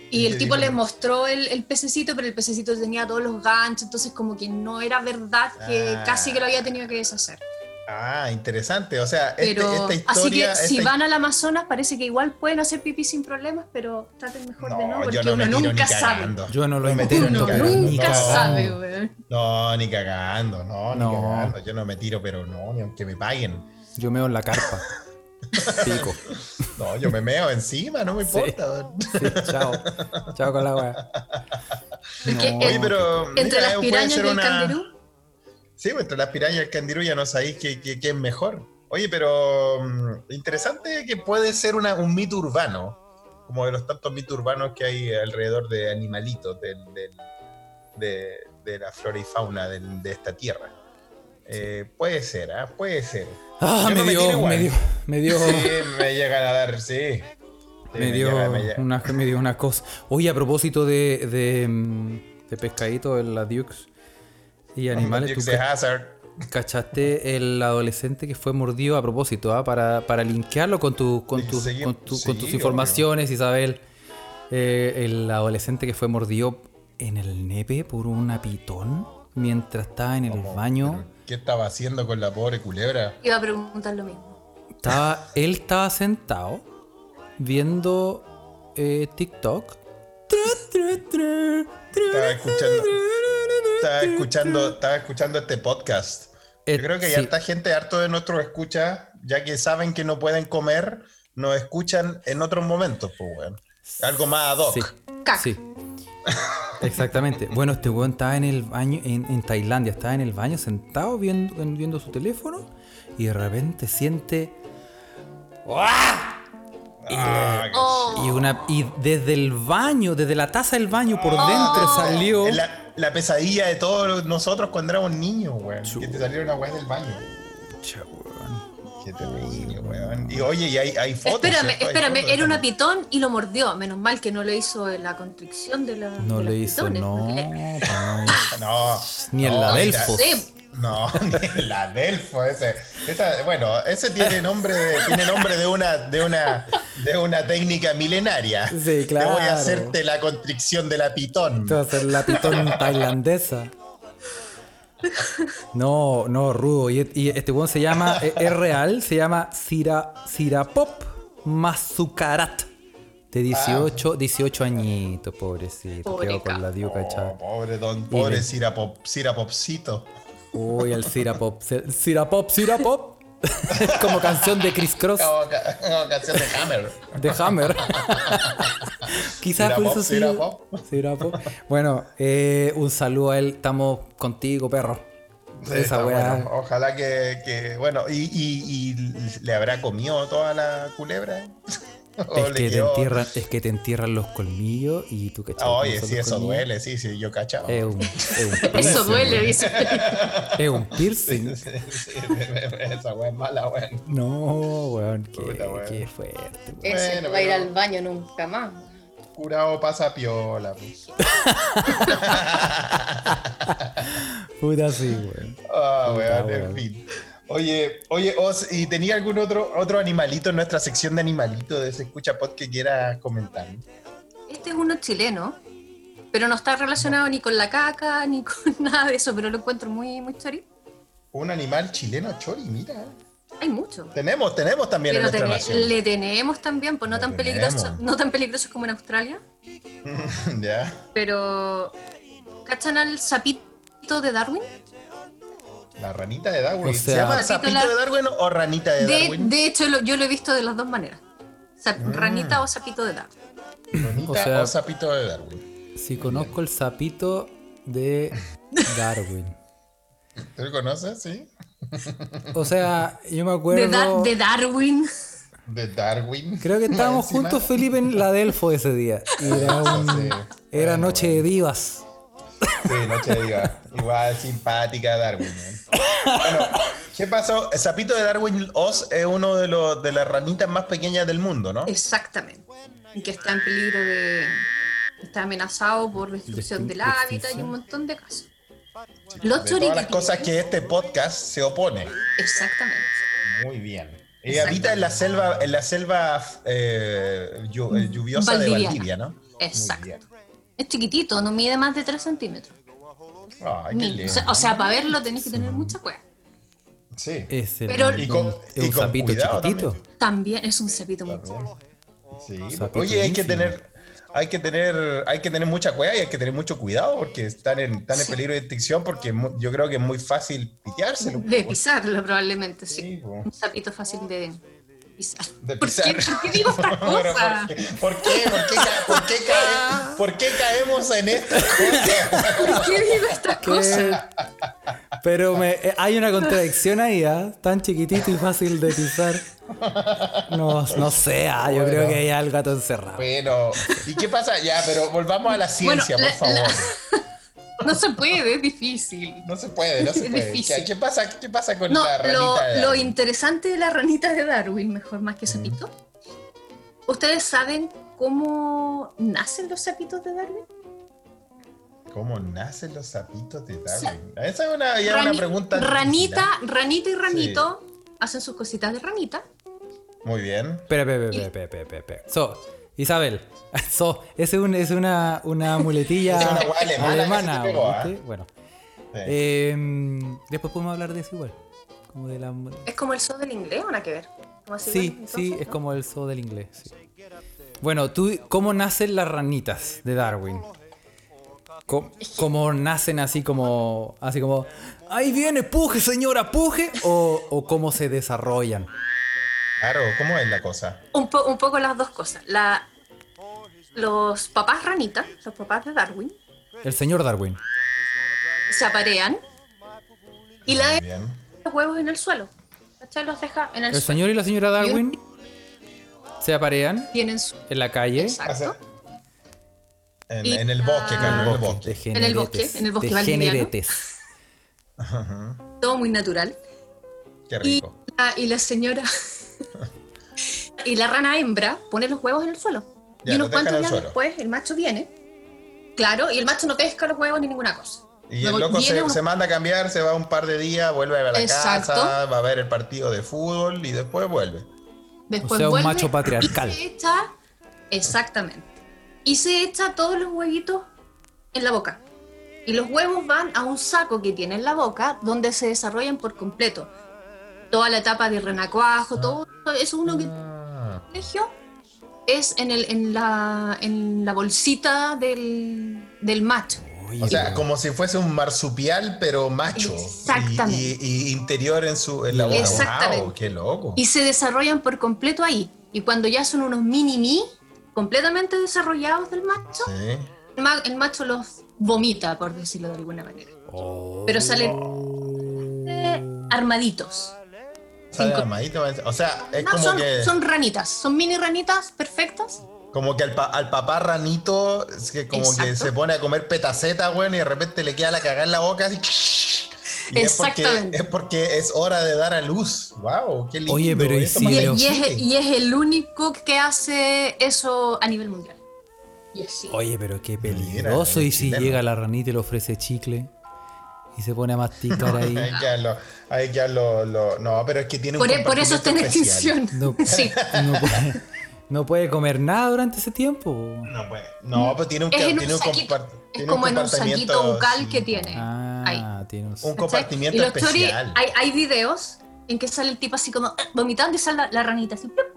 S3: Y el tipo le mostró el, el pececito, pero el pececito tenía todos los ganchos, entonces como que no era verdad que
S1: Ah.
S3: casi que lo había tenido que deshacer.
S1: Ah, interesante. O sea, este-
S3: Pero
S1: esta
S3: así que
S1: historia.
S3: si
S1: esta-
S3: van al Amazonas parece que igual pueden hacer pipí sin problemas, pero traten mejor de no,
S1: No,
S3: porque
S1: yo no me
S3: uno
S1: tiro ni
S3: nunca sabe.
S1: cagando.
S2: Yo no lo
S1: No me
S2: invento,
S1: tiro
S2: ni
S1: ni
S3: Uno
S2: cagando.
S1: cagando.
S3: nunca
S1: No.
S3: sabe, weón.
S1: No, ni cagando, no,
S2: No.
S1: ni cagando. Yo no me tiro, pero no, ni aunque me paguen.
S2: Yo meo en la carpa. Pico.
S1: No, yo me meo encima, no me
S2: Sí.
S1: importa.
S2: Sí, chao. Chao con la weá.
S3: Es que
S1: Oye, pero.
S3: Entre
S1: mira, eh,
S3: las
S1: puede
S3: pirañas y
S1: ser
S3: el
S1: una-
S3: candirú,
S1: Sí, pues, entre las pirañas y el candirú ya no sabéis qué, qué- qué es mejor. Oye, pero mm, interesante que puede ser una- un mito urbano, como de los tantos mitos urbanos que hay alrededor de animalitos, del- del- de, de la flora y fauna del- de esta tierra. Eh, puede ser, ¿ah? puede ser.
S2: Ah,
S1: Yo
S2: me,
S1: no me
S2: dio,
S1: tiro igual.
S2: me dio, me dio,
S1: Sí, me llegan a dar, sí. Sí,
S2: me
S1: llega-
S2: dio,
S1: me llega.
S2: una, me dio una cosa. Oye, a propósito de, de, mm, de pescadito en la Dukes y animales,
S1: Dukes
S2: ¿tú
S1: de
S2: ca-
S1: Hazard.
S2: cachaste el adolescente que fue mordido a propósito? ah? Para, para linkearlo con, tu, con,
S1: Sí,
S2: tus-
S1: sí,
S2: con tu-
S1: sí,
S2: con tus
S1: obvio.
S2: informaciones, Isabel. Eh, el adolescente que fue mordido en el nepe por una pitón mientras estaba en el baño.
S1: ¿Qué estaba haciendo con la pobre culebra?
S3: iba a preguntar lo mismo.
S2: Estaba, él estaba sentado viendo eh, TikTok.
S1: Estaba escuchando. Estaba escuchando, estaba escuchando este podcast.
S2: Eh,
S1: Yo creo que
S2: sí.
S1: ya está gente harto de nuestros escuchas, ya que saben que no pueden comer, nos escuchan en otros momentos, pues, weón. Algo más ad hoc.
S2: Sí.
S3: Caca.
S2: Sí. Exactamente. Bueno, este weón estaba en el baño, en, en Tailandia, estaba en el baño sentado viendo, en- viendo su teléfono y de repente siente. ¡Uah!
S1: Ah, qué
S3: Oh,
S2: Y, una, y desde el baño, desde la taza del baño por dentro
S3: Oh.
S2: salió.
S1: ch- es la, la pesadilla de todos los- nosotros cuando éramos niños, weón. Que te salieron las weas del baño.
S2: Pucha, weón.
S1: Qué terrible, weón. Y oye, y hay, hay fotos.
S3: espérame,
S1: ¿cierto? Hay
S3: espérame,
S1: fotos
S3: era una
S1: también.
S3: pitón y lo mordió. Menos mal que no le hizo la constricción de la.
S2: No
S3: de
S2: le
S3: los
S2: hizo,
S3: pitones,
S2: no.
S3: porque-
S2: no.
S1: No.
S2: Ni en
S1: no,
S2: la
S1: mira,
S2: Delfos.
S3: Sí,
S1: No, ni la Delfo, ese. Esa, bueno, ese tiene nombre de, tiene nombre de una, de una, de una técnica milenaria.
S2: Sí,
S1: Te voy
S2: claro.
S1: a hacerte la constricción de la pitón.
S2: Te va a hacer la pitón tailandesa. No, no, rudo. Y, y este weón se llama, es, es real, se llama Sira, Sirapop Mazukarat. De 18, 18 añitos, pobrecito.
S3: Pobre
S2: Quedó con la diuca
S1: Oh,
S2: echada.
S1: pobre don, pobre
S2: Dime.
S1: sirapop, sirapopcito.
S2: Uy, el Sirapop. se- Sirapop, Sirapop. Es como canción de Chris Cross
S1: Como, ca- como canción de Hammer.
S2: de Hammer. Quizás por
S1: Sirapop,
S2: eso sí.
S1: Sirapop.
S2: Sirapop. Bueno, eh, un saludo a él. Estamos contigo, perro.
S1: Sí,
S2: Esa
S1: está
S2: weá.
S1: bueno. Ojalá que, que- bueno, y, y- y le habrá comido toda la culebra. ¿O
S2: Es
S1: le
S2: que, te
S1: quedó-
S2: entierran, es que te entierran los colmillos y tú cachai. cómo
S1: Oye,
S2: son
S1: sí,
S2: los
S1: eso
S2: colmillos.
S1: duele, sí, sí, yo cachaba.
S2: Es un, es un
S3: eso
S2: piercing,
S3: duele,
S2: güey.
S3: dice.
S2: Es un piercing.
S1: Sí, sí, esa wea es mala, weón.
S2: No, weón, qué,
S1: Puta, weón.
S2: qué fuerte.
S3: Eh.
S2: weón.
S1: Ese Bueno, no va a ir pero- al
S3: baño nunca más.
S1: Curado pasa piola. pues.
S2: Puta, sí, weón.
S1: Ah,
S2: Puta,
S1: weón, en
S2: weón.
S1: fin. Oye, oye, Oz, ¿y tenía algún otro, otro animalito en nuestra sección de animalitos de Se Escucha Pod que quieras comentar?
S3: Este es uno chileno, pero no está relacionado ni con la caca, ni con nada de eso, pero lo encuentro muy, muy chori.
S1: Un animal chileno, Chori, mira.
S3: Hay mucho.
S1: Tenemos, tenemos también en
S3: Pero
S1: nuestra
S3: tene-
S1: nación.
S3: le tenemos también, pues no
S1: Le
S3: tan
S1: tenemos.
S3: peligrosos, no tan peligrosos como en Australia,
S1: ya.
S3: pero ¿cachan al sapito de Darwin?
S1: La ranita de Darwin.
S2: O
S1: ¿Se
S2: sea-
S1: llama sapito
S3: Capítulo-
S1: de Darwin o ranita de,
S3: De,
S1: Darwin? Ah.
S3: de hecho, lo- yo lo he visto de las dos maneras. Sap- Ranita o sapito de Darwin.
S1: Ranita
S2: o
S1: o,
S2: sea-
S1: sapito de Darwin.
S2: Si conozco el sapito de Darwin.
S1: ¿Tú lo conoces? Sí.
S2: O sea, yo me
S3: De,
S2: acuerdo.
S3: Da- de Darwin.
S1: De Darwin.
S2: Creo que estábamos
S1: Encima.
S2: juntos, ¿eh? Felipe, en la Delfo ese día. Y Era, un-
S1: Sí.
S2: era
S1: Bueno,
S2: noche de divas.
S1: Sí, no te diga. Igual simpática Darwin. ¿eh? Bueno, ¿qué pasó? El sapito de Darwin Oz es uno de los de las ranitas más pequeñas del mundo, ¿no?
S3: Exactamente. Y que está en peligro de. Está amenazado por destrucción del hábitat y un montón de casos. Los
S1: De todas las
S3: chorigatis.
S1: cosas que este podcast se opone.
S3: Exactamente.
S1: Muy bien. Eh, habita en la selva, en la selva eh, llu- eh, lluviosa de
S3: Valdiviana.
S1: Valdivia, ¿no?
S3: Exacto.
S1: Muy bien.
S3: Es chiquitito, no mide más de 3 centímetros.
S1: Ay, qué
S3: Ni-
S1: lindo.
S3: o sea, o sea, para verlo tenés que tener mucha cueva.
S1: sí.
S2: Es, el-
S3: Pero-
S1: Y con-
S2: es
S1: y
S2: un
S1: con
S2: sapito
S1: cuidado
S2: chiquitito.
S1: también.
S3: También es un cepito muy chico.
S1: Sí.
S3: pues,
S2: Sapito
S1: Oye, hay que
S2: ínfimo.
S1: tener, hay que tener, hay que tener mucha cueva y hay que tener mucho cuidado porque están en, están en
S3: Sí.
S1: peligro de extinción porque mu- yo creo que es muy fácil piteárselo. Pues,
S3: De pisarlo probablemente, sí.
S1: Sí, po.
S3: Un sapito fácil de pisar.
S1: De
S3: ¿Por,
S1: pisar.
S3: qué, ¿Por qué digo estas
S1: Ahora,
S3: cosas?
S1: ¿por, qué, por, qué, por qué ca- por qué
S3: Ah.
S1: cae- por qué caemos en esto?
S3: ¿Por qué digo estas cosas?
S2: Que- Pero me- eh, hay una contradicción ahí, ¿ah? Tan chiquitito y fácil de pisar. No, no sé, ah, yo creo que hay algo gato encerrado.
S1: Bueno, ¿y qué pasa? Ya, pero volvamos a la ciencia,
S3: Bueno,
S1: por
S3: la-
S1: favor.
S3: la- No se puede, es difícil.
S1: No se puede, no se
S3: Es
S1: puede.
S3: difícil.
S1: ¿Qué, qué pasa, ¿Qué pasa con
S3: No,
S1: la ranita?
S3: lo,
S1: de
S3: lo
S1: Darwin?
S3: interesante de la ranita de Darwin, mejor más que sapito. ¿Ustedes saben cómo nacen los sapitos de Darwin?
S1: ¿Cómo nacen los sapitos de Darwin? Esa es una, ya
S3: Rani-
S1: una pregunta.
S3: ranita,
S1: difícil, ¿eh?
S3: ranita y ranito hacen sus cositas de ranita.
S1: ¿ah? Muy bien.
S2: Espera, espera, espera, espera, espera, espera, espera. So, Isabel, so, es, un- es una, una muletilla
S1: Es una guay alemana que
S2: alemana,
S1: se te pegó,
S2: ¿viste?
S1: ¿ah?
S2: Bueno,
S1: Sí.
S2: em, después podemos hablar de eso igual. Como de la,
S3: Es como el sol del inglés, ¿o nada que ver? Como así,
S2: sí,
S3: bueno,
S2: sí,
S3: entonces,
S2: es
S3: ¿no?
S2: como el zoo del inglés. sí. Bueno, tú, ¿cómo nacen las ranitas de Darwin? Co- ¿Cómo nacen así como, así como, ahí viene, puje, señora, puje? ¿O, o cómo se desarrollan?
S1: Claro, ¿cómo es la cosa?
S3: Un, po- un poco las dos cosas. La, los papás ranita, los papás de Darwin,
S2: El señor Darwin.
S3: se aparean y la
S1: Muy
S3: hembra
S1: bien.
S3: los huevos en el suelo. ¿Cachai? Los deja en el,
S2: El
S3: suelo.
S2: señor y la señora Darwin se aparean
S3: Tienen su.
S2: en la calle.
S3: Exacto.
S1: En,
S3: Y-
S1: en el bosque, Carlos, en el bosque.
S2: De
S3: En el bosque,
S2: generetes,
S3: en el bosque
S2: de
S3: valdiviano.
S2: generetes.
S3: Todo muy natural.
S1: Qué
S3: Y
S1: rico.
S3: la, y la señora. y la rana hembra pone los huevos en el suelo.
S1: Ya,
S3: y
S1: los
S3: unos
S1: dejan
S3: cuantos
S1: al
S3: días
S1: suelo.
S3: después, el macho viene. Claro, y el macho no pesca los huevos ni ninguna cosa.
S1: Y el
S3: Luego
S1: loco
S3: viene
S1: se,
S3: unos-
S1: se manda a cambiar, se va un par de días, vuelve a la
S3: Exacto.
S1: casa, va a ver el partido de fútbol y después vuelve.
S3: Después
S2: O sea, un
S3: vuelve
S2: macho patriarcal.
S3: Y se echa, exactamente. Y se echa todos los huevitos en la boca. Y los huevos van a un saco que tiene en la boca donde se desarrollan por completo. Toda la etapa de renacuajo, todo eso uno que
S1: Ah,
S3: colegio es en, el, en, la, en la bolsita del, del macho.
S2: Oye,
S1: o sea,
S2: pero-
S1: como si fuese un marsupial, pero macho. Y-
S3: Exactamente.
S1: Y, y interior en, su, en la boca.
S3: Exactamente.
S1: ¡Wow! ¡Qué loco!
S3: Y se desarrollan por completo ahí. Y cuando ya son unos mini-mi, completamente desarrollados del macho,
S1: Sí.
S3: el ma- el macho los vomita, por decirlo de alguna manera.
S2: Oh.
S3: Pero salen eh, armaditos.
S1: Sale
S3: Cinco-
S1: armadito, O sea, es
S3: No,
S1: como
S3: son,
S1: que.
S3: son ranitas, son mini ranitas perfectas.
S1: Como que al, pa- al papá ranito, es que como que
S3: Exacto.
S1: se pone a comer petaceta, weón, y de repente le queda la cagada en la boca. Así, y es porque-
S3: Exactamente.
S1: Es porque, es hora de dar a luz. ¡Wow! ¡Qué lindo!
S2: Oye, pero y
S1: Eso
S2: si
S3: Y,
S1: para
S2: lo-
S1: el
S3: y es,
S1: Chile.
S3: y es el único que hace eso a nivel mundial. Y así.
S2: Oye, pero qué
S1: Mira,
S2: peligroso.
S1: el
S2: y si
S1: chileno.
S2: llega la ranita y le ofrece chicle y se pone a masticar ahí.
S1: Hay que darlo. Hay que darlo. lo- no, pero es que tiene
S3: Por, e, por eso está en
S1: compartimiento especial.
S3: extinción.
S2: No,
S3: Sí.
S2: no puede, no puede comer nada durante ese tiempo.
S1: No, pues, no, pero tiene un,
S3: Es en un
S1: tiene un
S3: saquito.
S1: compart-
S3: Es
S1: tiene
S3: como en un
S1: compartimiento,
S3: saquito bucal
S1: sí,
S3: que tiene.
S2: Ah,
S3: Ahí.
S2: tiene un.
S1: Un
S3: ¿Cachai?
S1: compartimiento
S3: y los choris,
S1: especial.
S3: hay, hay videos en que sale el tipo así como "Ah", vomitando y sale la, la ranita así. plup.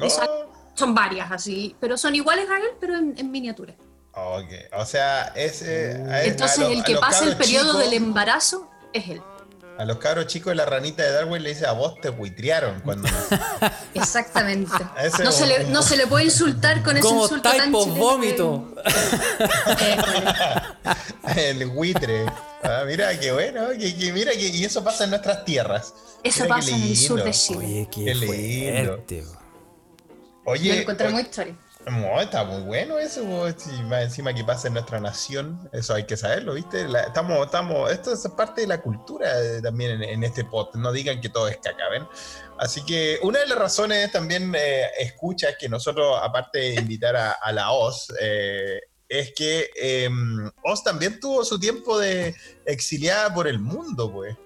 S1: Oh.
S3: Exacto. Son varias así, pero son iguales a él, pero en, en miniatura.
S1: Ok, o sea, ese, a- a
S3: Entonces
S1: los-
S3: el
S1: a
S3: que
S1: los
S3: pasa el
S1: cabros
S3: periodo
S1: chicos-
S3: del embarazo es él.
S1: A los cabros chicos de la ranita de Darwin le dice a vos te buitrearon cuando nací".
S3: Exactamente.
S1: Ese
S3: no,
S1: es
S3: se le,
S1: un-
S3: no se le puede insultar con ese
S2: Como
S3: insulto tan
S2: type of
S3: chileno
S2: vómito.
S3: que- Eh,
S1: el buitre. Ah, mira qué bueno, que, que- mira que y eso pasa en nuestras tierras.
S3: Eso
S1: Mira qué
S3: pasa en el sur de
S1: lindo.
S3: Chile.
S2: Oye, qué,
S1: Qué lindo.
S2: fuerte. bo.
S3: Lo
S1: Oye,
S3: encontré
S1: o-
S3: muy histórico.
S1: no, está muy bueno eso, bo, si más encima que pasa en nuestra nación, eso hay que saberlo, ¿viste? La- estamos, estamos, esto es parte de la cultura eh, también en, en este pod, no digan que todo es caca, ¿ven? Así que una de las razones también eh, escucha que nosotros, aparte de invitar a, a la Oz, eh, es que eh, Oz también tuvo su tiempo de exiliada por el mundo, pues.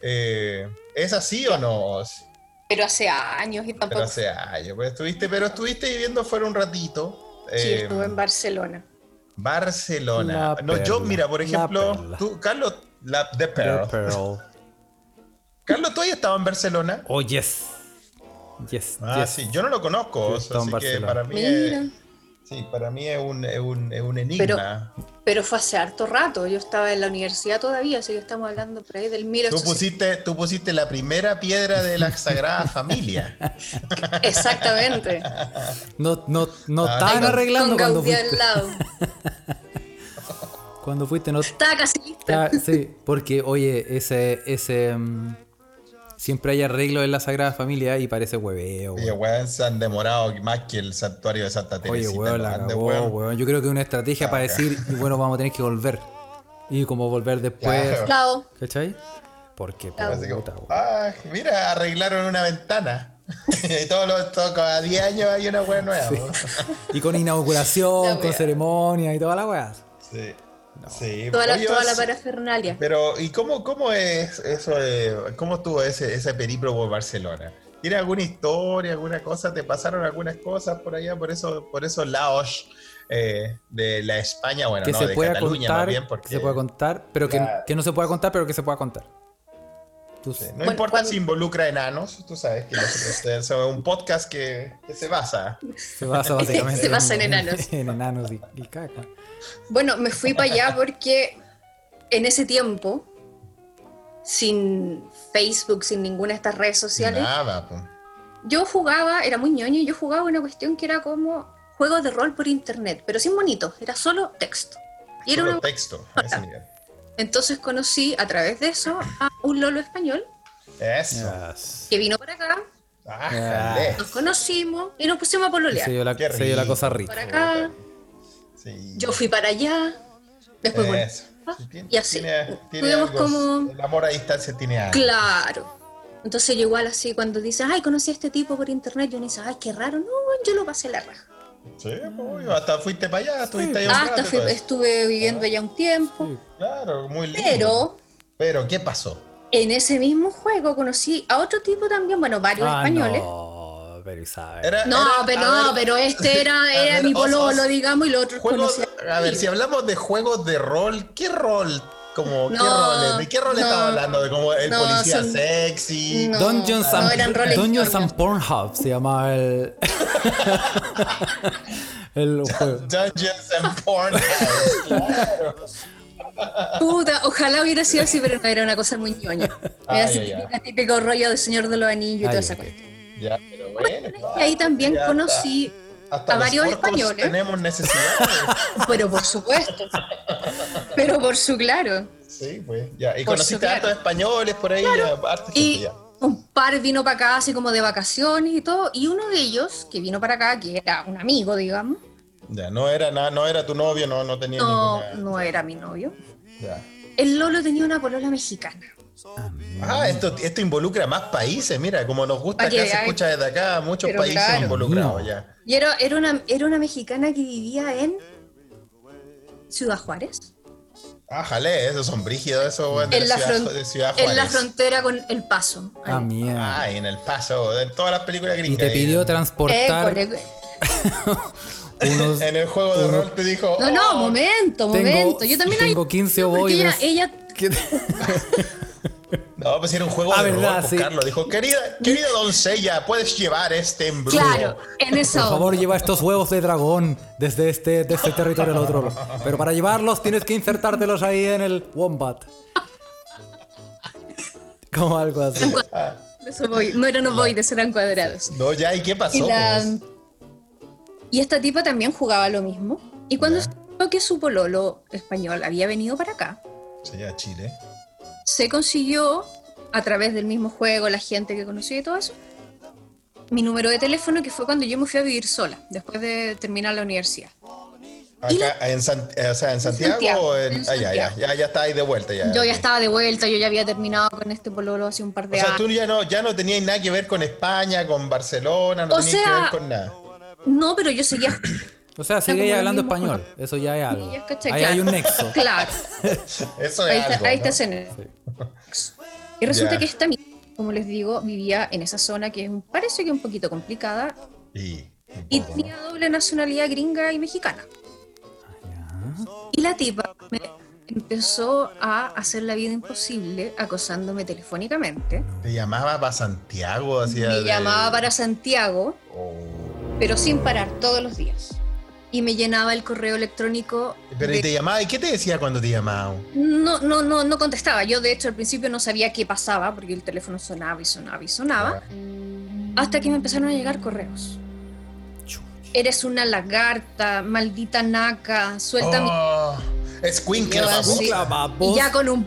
S1: Eh, ¿Es así o no, Oz?
S3: pero hace años y
S1: Pero
S3: tampoco.
S1: hace años, pero pues, estuviste, pero estuviste viviendo fuera un ratito.
S3: Sí,
S1: eh,
S3: estuve en Barcelona.
S1: Barcelona.
S2: La
S1: no, yo,
S2: perla,
S1: mira, por
S2: la
S1: ejemplo,
S2: perla.
S1: tú, Carlos, la, The Pearl.
S2: The Pearl.
S1: Carlos, ¿tú has estado en Barcelona?
S2: Oh, yes. Yes.
S1: Ah,
S2: yes.
S1: sí, yo no lo conozco,
S2: Yo he
S1: o sea,
S2: estado
S1: así
S2: en
S1: que
S2: Barcelona.
S1: para mí
S3: Mira.
S1: es, sí, para mí es un, es un, es un enigma.
S3: Pero fue hace harto rato. Yo estaba en la universidad todavía, así que estamos hablando por ahí del
S1: Tú
S3: 1800.
S1: pusiste, tú pusiste la primera piedra de la Sagrada Familia.
S3: Exactamente.
S2: No, no, no
S1: Ah,
S2: estaban
S1: con-
S2: arreglando
S3: Con
S2: cuando
S3: Gaudí al
S2: fuiste.
S3: lado.
S2: Cuando fuiste no
S3: Estaba casi lista.
S2: está. Sí, porque oye, ese, ese mm, siempre hay arreglo en la Sagrada Familia y parece hueveo.
S1: Oye,
S2: weón.
S1: weón, se han demorado más que el santuario de Santa
S2: Oye,
S1: Teresita.
S2: weón, la
S1: lo han de-
S2: cagó,
S1: weón.
S2: weón. Yo creo que es una estrategia para decir, y bueno, vamos a tener que volver. Y como volver después.
S1: Claro.
S3: Claro.
S2: ¿Cachai? Porque
S1: Así como,
S2: puta, weón.
S1: ah, mira, arreglaron una ventana. y todos los todos, cada 10 años hay una weá nueva. weón.
S2: Y con
S3: La
S2: inauguración,
S3: wea.
S2: con ceremonia y toda la weá.
S1: Sí. Sí.
S3: Toda la,
S1: Oye,
S3: toda la
S1: sí.
S3: parafernalia.
S1: Pero, ¿y cómo, cómo es eso? de- ¿Cómo estuvo ese, ese periplo por Barcelona? ¿Tiene alguna historia, alguna cosa? ¿Te pasaron algunas cosas por allá, por, eso, por esos laos eh, de la España? Bueno,
S2: que
S1: no,
S2: se
S1: de
S2: pueda
S1: Cataluña
S2: contar,
S1: más bien, porque
S2: que se pueda contar, pero que,
S1: Claro.
S2: que no se pueda contar, pero que se pueda contar. Tú
S1: sí, no
S2: sabes.
S1: importa
S3: cuando-
S1: si involucra enanos, tú sabes que nosotros es un podcast que, que se basa.
S2: se basa básicamente
S3: Se basa en enanos.
S2: en enanos y, y caca.
S3: Bueno, me fui para allá porque en ese tiempo, sin Facebook, sin ninguna de estas redes sociales,
S1: Nada, po.
S3: yo jugaba, era muy ñoño, y yo jugaba una cuestión que era como juegos de rol por internet, pero sin monitos, era solo texto. Y era
S1: Puro
S3: una-
S1: texto. a ese nivel.
S3: Entonces conocí a través de eso a un lolo español
S1: Eso.
S3: que vino para acá,
S1: Ájale.
S3: nos conocimos y nos pusimos a pololear.
S2: Se dio, la,
S1: Qué
S2: se dio la cosa
S1: rico.
S2: rica.
S3: Para acá,
S1: Sí.
S3: yo fui para allá, después volví.
S1: Eso. Tien-
S3: Y así.
S1: Tiene, tiene
S3: Tuvimos
S1: algo-
S3: como-
S1: El amor a distancia tiene algo.
S3: Claro. Entonces yo igual así cuando dices, ay, conocí a este tipo por internet, yo ni dice, ay, qué raro, no, yo lo pasé la raja.
S1: Sí, pues, hasta fuiste para allá, estuviste ahí un
S3: Ah,
S1: rato,
S3: hasta fui-
S1: pues.
S3: estuve viviendo allá un tiempo,
S2: Sí.
S1: Claro, muy lindo.
S3: pero
S1: Pero, ¿qué pasó?
S3: en ese mismo juego conocí a otro tipo también, bueno, varios
S2: Ah,
S3: españoles. No.
S2: no, pero Isabel.
S1: Era- era-
S3: pero
S1: a
S3: no,
S1: ver,
S3: pero este era,
S1: a
S3: era
S1: ver,
S3: mi
S1: os- os-
S3: pololo, digamos, y los otros
S1: Juegos,
S3: conocía.
S1: a ver, si hablamos de juegos de rol, ¿qué rol? Como, ¿qué
S3: No,
S1: roles? ¿De qué rol
S3: no.
S1: estaba hablando? ¿De como el
S3: No,
S1: policía
S3: son-
S1: sexy?
S3: No.
S2: Dungeons, and,
S3: no, eran roles
S2: Dungeons and
S3: ñoños.
S2: Pornhub se llamaba el. el juego.
S1: Dungeons and porn. claro.
S3: Puta, ojalá hubiera sido así, pero no era una cosa muy ñoña.
S1: Ay,
S3: Era así
S1: ay, ay.
S3: típica- típico rollo de Señor de los Anillos y
S2: Ay,
S3: toda esa
S2: ay,
S3: cuestión.
S1: Ya, pero bueno.
S3: Y ahí también
S1: ya está.
S3: conocí
S1: Hasta
S3: a
S1: los
S3: varios
S1: orcos
S3: españoles.
S1: Tenemos necesidades.
S3: Pero por supuesto. Pero por su claro.
S1: sí, pues. Ya. Y
S3: Por
S1: conociste
S3: su-
S1: a hartos españoles por ahí. ya, harta gente,
S3: Y
S1: ya.
S3: un par vino para acá así como de vacaciones y todo. Y uno de ellos, que vino para acá, que era un amigo, digamos.
S1: Ya, no era nada, no era tu novio, no, no tenía
S3: No,
S1: ninguna.
S3: no era mi novio.
S1: Ya.
S3: El Lolo tenía una polola mexicana.
S1: Ah, esto, esto involucra más países, mira, como nos gusta
S3: Pa'
S1: acá,
S3: que
S1: se
S3: veáis.
S1: escucha desde acá, muchos
S3: Pero
S1: países
S3: claro.
S1: involucrados
S2: No.
S1: ya.
S3: Y era, era, una, era una mexicana que vivía en Ciudad Juárez.
S1: Ájale, Ah, esos son brígidos, esos weón, de,
S3: En la,
S1: ciudad,
S3: fron-
S1: de Ciudad
S3: en la
S1: Juárez.
S3: frontera con El Paso.
S2: Ah, mierda.
S1: Ah, y en El Paso, en todas las películas
S2: Y
S1: gringas.
S2: te
S1: ahí.
S2: pidió
S3: Eh,
S2: transportar
S3: con el-
S2: unos.
S1: En el juego de rol te dijo.
S3: No, no,
S1: "Oh,
S3: momento,
S2: Tengo-
S3: momento. Yo también
S2: tengo
S3: hay-
S2: 15
S3: porque
S2: ovoides.
S3: Ella, ella
S2: ¿Qué-
S1: No, pues era un juego
S2: Ah,
S1: de
S2: verdad,
S1: rol, pues,
S2: sí.
S1: Carlos. Dijo, querida, querida doncella, puedes llevar este embrujo.
S3: Claro, en esa
S2: Por
S3: onda.
S2: favor, lleva estos huevos de dragón desde este, de este territorio al otro. Pero para llevarlos tienes que insertártelos ahí en el wombat. Como algo así.
S3: Eso voy- No eran ovoides, eran cuadrados.
S1: No, ya, ¿y qué pasó?
S3: Y, la-
S1: pues?
S3: y esta tipa también jugaba lo mismo. Y cuando
S1: Ya.
S3: supo que su pololo español había venido para acá,
S1: Sí, ya, Pues, Chile.
S3: se consiguió, a través del mismo juego, la gente que conocí y todo eso, mi número de teléfono, que fue cuando yo me fui a vivir sola, después de terminar la universidad. Y la-
S1: Acá, en, San- eh, o sea, en Santiago,
S3: Santiago,
S1: o en.
S3: en
S1: ah, ya, ya,
S3: Santiago.
S1: ya, ya está ahí de vuelta. Ya,
S3: Yo ya
S1: ok.
S3: estaba de vuelta, yo ya había terminado con este pololo hace un par
S1: O
S3: de
S1: sea,
S3: años.
S1: tú ya no, ya no tenías nada que ver con España, con Barcelona, no
S3: O
S1: tenías que
S3: sea,
S1: ver con nada.
S3: No, pero yo seguía
S2: O sea,
S3: como
S2: sigue
S3: lo
S2: hablando
S3: mismo.
S2: español. Eso ya es algo.
S3: Y es que,
S2: Ahí hay un
S3: claro.
S2: nexo.
S3: Claro.
S1: Eso es
S3: Ahí está,
S1: algo, ¿no?
S3: ahí está ese nexo. Y resulta
S1: Ya.
S3: que esta mi- como les digo, vivía en esa zona que es un, parece que un poquito complicada
S1: Y, un
S3: y
S1: poco, ¿no?
S3: tenía doble nacionalidad gringa y mexicana.
S2: Ah,
S3: Y la tipa me empezó a hacer la vida imposible acosándome telefónicamente.
S1: Te llamaba para Santiago, hacía.
S3: Me
S1: de-
S3: llamaba para Santiago,
S1: Oh.
S3: pero sin parar, todos los días. Y me llenaba el correo electrónico.
S1: Pero
S3: de-
S1: y te llamaba, ¿y qué te decía cuando te llamaba?
S3: No, no, no, no contestaba. Yo, de hecho, al principio no sabía qué pasaba porque el teléfono sonaba y sonaba y sonaba. Hasta que me empezaron a llegar correos. Eres una lagarta, maldita naca, suelta mi
S1: Oh, es Quinkle,
S3: Yo
S1: babosa.
S3: así- Y ya con un.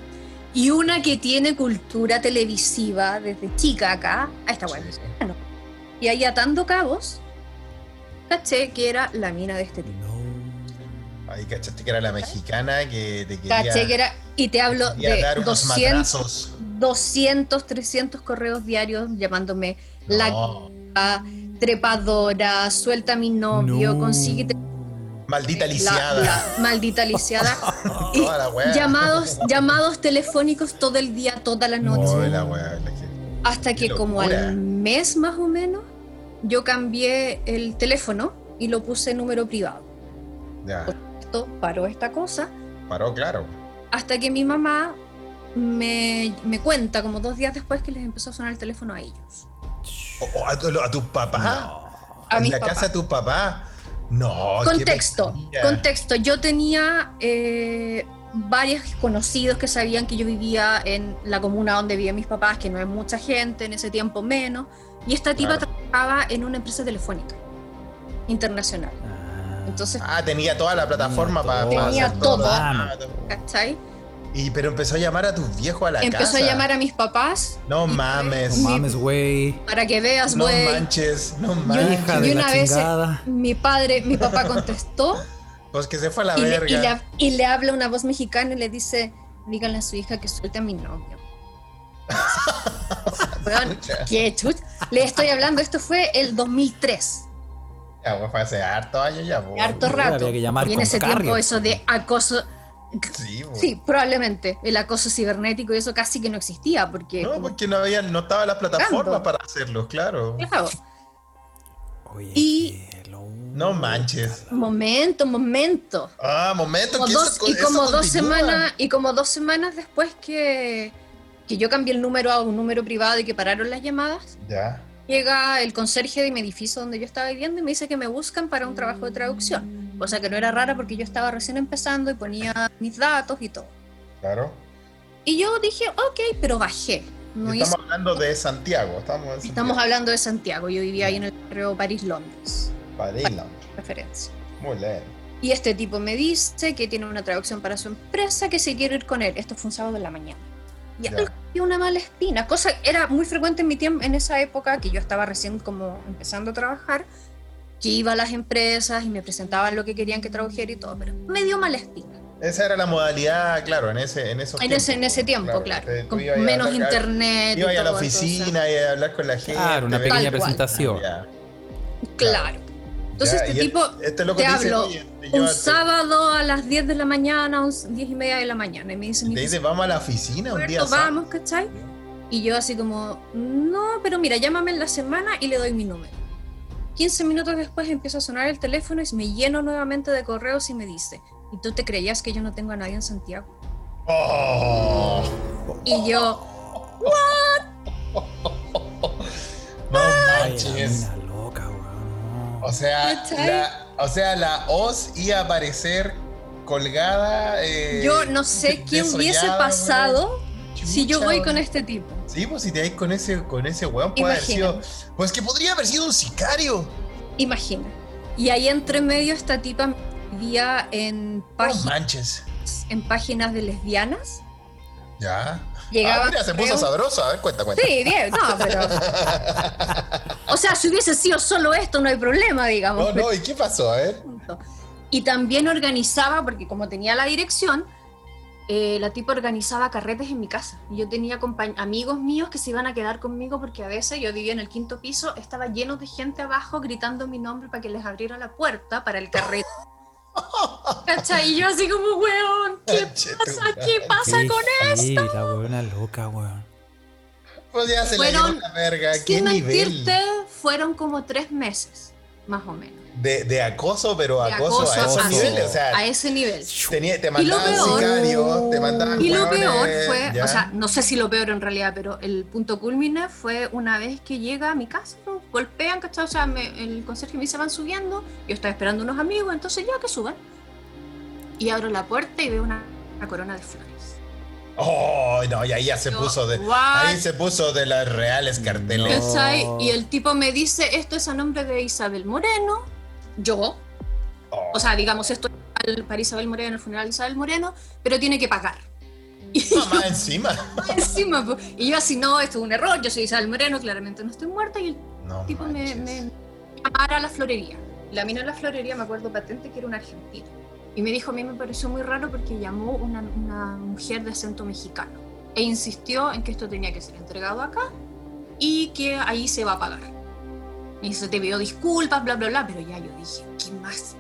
S3: Y una que tiene cultura televisiva desde chica acá, a esta weá. Bueno, y ahí atando cabos, caché que era la mina de este tipo.
S1: Ahí cachaste que era la mexicana que te quería,
S3: Caché que era. Y te hablo
S1: quería
S3: de
S1: dar unos
S3: 200,
S1: madrazos.
S3: 200, 300 correos diarios llamándome
S1: No.
S3: la trepadora, suelta a mi novio,
S2: No.
S3: consíguete.
S1: Maldita
S3: la-
S1: lisiada.
S3: la maldita lisiada. y
S1: Toda la wea.
S3: llamados, llamados telefónicos todo el día, toda la noche.
S1: Oh, la wea, la que-
S3: Hasta
S1: ¡Qué
S3: que como
S1: locura!
S3: al mes más o menos, yo cambié el teléfono y lo puse en número privado.
S1: Ya,
S3: Esto paró esta cosa.
S1: paró, claro.
S3: Hasta que mi mamá me, me cuenta como dos días después que les empezó a sonar el teléfono a ellos.
S1: O- o a, tu- a tus papás.
S3: A
S1: en
S3: mis
S1: la
S3: papás.
S1: casa de tus papás. No. qué
S3: contexto,
S1: pesadilla.
S3: contexto. Yo tenía eh, varios conocidos que sabían que yo vivía en la comuna donde vivían mis papás, que no es mucha gente, en ese tiempo menos. Y esta tipa
S1: Claro.
S3: trabajaba en una empresa telefónica internacional. Entonces,
S1: Ah, tenía toda la plataforma
S2: Tenía
S1: para.
S2: todo.
S3: Tenía todo.
S1: Ah,
S3: ¿cachai?
S1: Y pero empezó a llamar a tus viejos a la
S3: Empezó
S1: casa.
S3: a llamar a mis papás
S1: No mames.
S2: No mames, güey.
S3: para que veas,
S1: No
S3: güey.
S1: manches, no
S2: Hija
S1: manches.
S2: de
S3: y una
S2: la
S3: vez eh,
S2: chingada.
S3: mi padre, mi papá contestó
S1: Pues que se fue a la
S3: y, le,
S1: verga.
S3: y le- y le habla una voz mexicana y le dice, díganle a su hija que suelte a mi novio. Weón, qué chut. Le estoy hablando, esto fue el 2003.
S1: Ya, pues, fue hace harto años ya, pues.
S3: harto
S2: Había
S3: rato.
S2: que llamar
S3: y en
S2: con
S3: ese
S2: carrier.
S3: tiempo eso de acoso,
S1: Sí, pues.
S3: sí, probablemente el acoso cibernético y eso casi que no existía porque...
S1: No,
S3: como-
S1: porque no había, no estaba la plataforma
S3: Buscando.
S1: para hacerlo, claro.
S3: claro,
S2: Oye,
S3: Y-
S2: qué lo-
S1: No manches.
S3: momento, momento.
S1: Ah, momento.
S3: Como
S1: que
S3: dos-
S1: eso co-
S3: y
S1: eso
S3: como dos
S1: continúa.
S3: semanas y como dos semanas después que, que yo cambié el número a un número privado y que pararon las llamadas
S1: Ya.
S3: llega el conserje de mi edificio donde yo estaba viviendo y me dice que me buscan para un trabajo de traducción cosa que no era rara porque yo estaba recién empezando y ponía mis datos y todo
S1: Claro.
S3: y yo dije ok pero bajé no
S1: estamos
S3: hice-
S1: hablando de Santiago. Estamos en
S3: estamos
S1: Santiago.
S3: hablando de Santiago yo vivía ahí en el barrio París Londres
S1: Padilla.
S3: referencia
S1: Muy bien.
S3: y este tipo me dice que tiene una traducción para su empresa, que se quiere ir con él. Esto fue un sábado en la mañana. Y
S1: Ya.
S3: algo y una mala espina, cosa que era muy frecuente en mi tiempo, en esa época que yo estaba recién como empezando a trabajar, que iba a las empresas y me presentaban lo que querían que tradujera y todo, pero me dio mala espina.
S1: Esa era la modalidad, claro, en ese, en esos
S3: En ese, en ese tiempo, claro,
S1: Te- tú
S3: con
S1: ibas a
S3: menos
S1: hablar-
S3: internet. y
S1: Iba a la
S3: todo, entonces,
S1: oficina y a hablar con la gente.
S2: Claro, Ah, una
S1: ver-
S2: pequeña
S3: Tal cual.
S2: presentación.
S1: Ya.
S3: claro. Entonces
S1: Ya, y
S3: este
S1: el-
S3: tipo
S1: este loco
S3: te
S1: dice,
S3: hablo,
S1: "Oye, te
S3: un
S1: lleva-
S3: sábado a las 10 de la mañana, 11 10 y media de la mañana, y me dice,
S1: te
S3: mi
S1: dice, vamos a la oficina un día.
S3: Roberto,
S1: sábado".
S3: vamos, ¿cachai? Y yo así como, no, pero mira, llámame en la semana y le doy mi número. 15 minutos después empieza a sonar el teléfono y me lleno nuevamente de correos y me dice, ¿y tú te creías que yo no tengo a nadie en Santiago?
S1: Oh,
S3: Y yo,
S1: no
S2: Ay, la
S1: manches.
S2: mina loca, weón.
S1: O sea,
S3: ¿Cachai?
S1: la, o sea, la os iba a aparecer colgada. eh,
S3: yo no sé qué
S1: desollada,
S3: hubiese
S1: weón.
S3: pasado si yo
S1: Chucha,
S3: voy
S1: weón.
S3: con este tipo.
S1: Sí, pues si te vais con ese, con ese weón, puede haber sido.
S3: Imagínate.
S1: Pues que podría haber sido un sicario.
S3: Imagina. Y ahí entre medio esta tipa me vivía en
S1: No
S3: páginas,
S1: manches.
S3: en páginas de lesbianas.
S1: Ya.
S3: Llegaba
S1: Ah, mira, se puso
S3: correos-
S1: sabrosa. A ver, cuenta, cuenta.
S3: Sí, bien, no, pero. O sea, si hubiese sido solo esto, no hay problema, digamos.
S1: No, no, ¿y qué pasó? A ver.
S3: Punto. Y también organizaba, porque como tenía la dirección, eh, la tipa organizaba carretes en mi casa. Y Yo tenía compañ- amigos míos que se iban a quedar conmigo porque a veces yo vivía en el quinto piso, estaba lleno de gente abajo gritando mi nombre para que les abriera la puerta para el carrete. ¿Cachai? Y yo así como, weón, ¿qué
S1: Che, tu
S3: pasa?
S1: madre.
S3: ¿Qué pasa con
S2: Sí, la weona loca, weón.
S1: Pues ya se la
S3: Fueron-
S1: llevó la verga. ¿Qué
S3: Sin
S1: nivel?
S3: mentirte, fueron como tres meses, más o menos.
S1: De, de acoso, pero
S3: de
S1: acoso, a esos
S2: acoso.
S1: niveles. O sea,
S3: a ese nivel.
S1: tenía- te
S3: Y lo
S1: mandaban
S3: peor-
S1: sicarios, te mandaban
S3: Y lo
S1: hueones,
S3: peor fue,
S1: ya.
S3: o sea, no sé si lo peor en realidad, pero el punto culmine fue una vez que llega a mi casa, ¿no? golpean, ¿cachai? O sea, me- el conserje me dice van subiendo, yo estaba esperando unos amigos, entonces ya que suban. Y abro la puerta y veo una, una corona de flores.
S1: Oh, no, y ahí ya se
S3: Yo,
S1: puso de.
S3: what?
S1: Ahí se puso de las reales carteles.
S3: ¿Cachai?
S2: No.
S3: Y el tipo me dice, esto es a nombre de Isabel Moreno, yo,
S1: Oh.
S3: o sea, digamos, esto es para Isabel Moreno, el funeral de Isabel Moreno, pero tiene que pagar.
S1: Mamá encima.
S3: encima. po. Y yo así, no, esto es un error, yo soy Isabel Moreno, claramente no estoy muerta. Y el
S1: No
S3: tipo me,
S1: manches.
S3: me llamara a la florería. La mina de la florería, me acuerdo patente, que era una argentina. Y me dijo, a mí me pareció muy raro porque llamó una, una mujer de acento mexicano. E insistió en que esto tenía que ser entregado acá y que ahí se va a pagar. Y se te pidió disculpas, bla, bla, bla. Pero ya yo dije, ¿qué más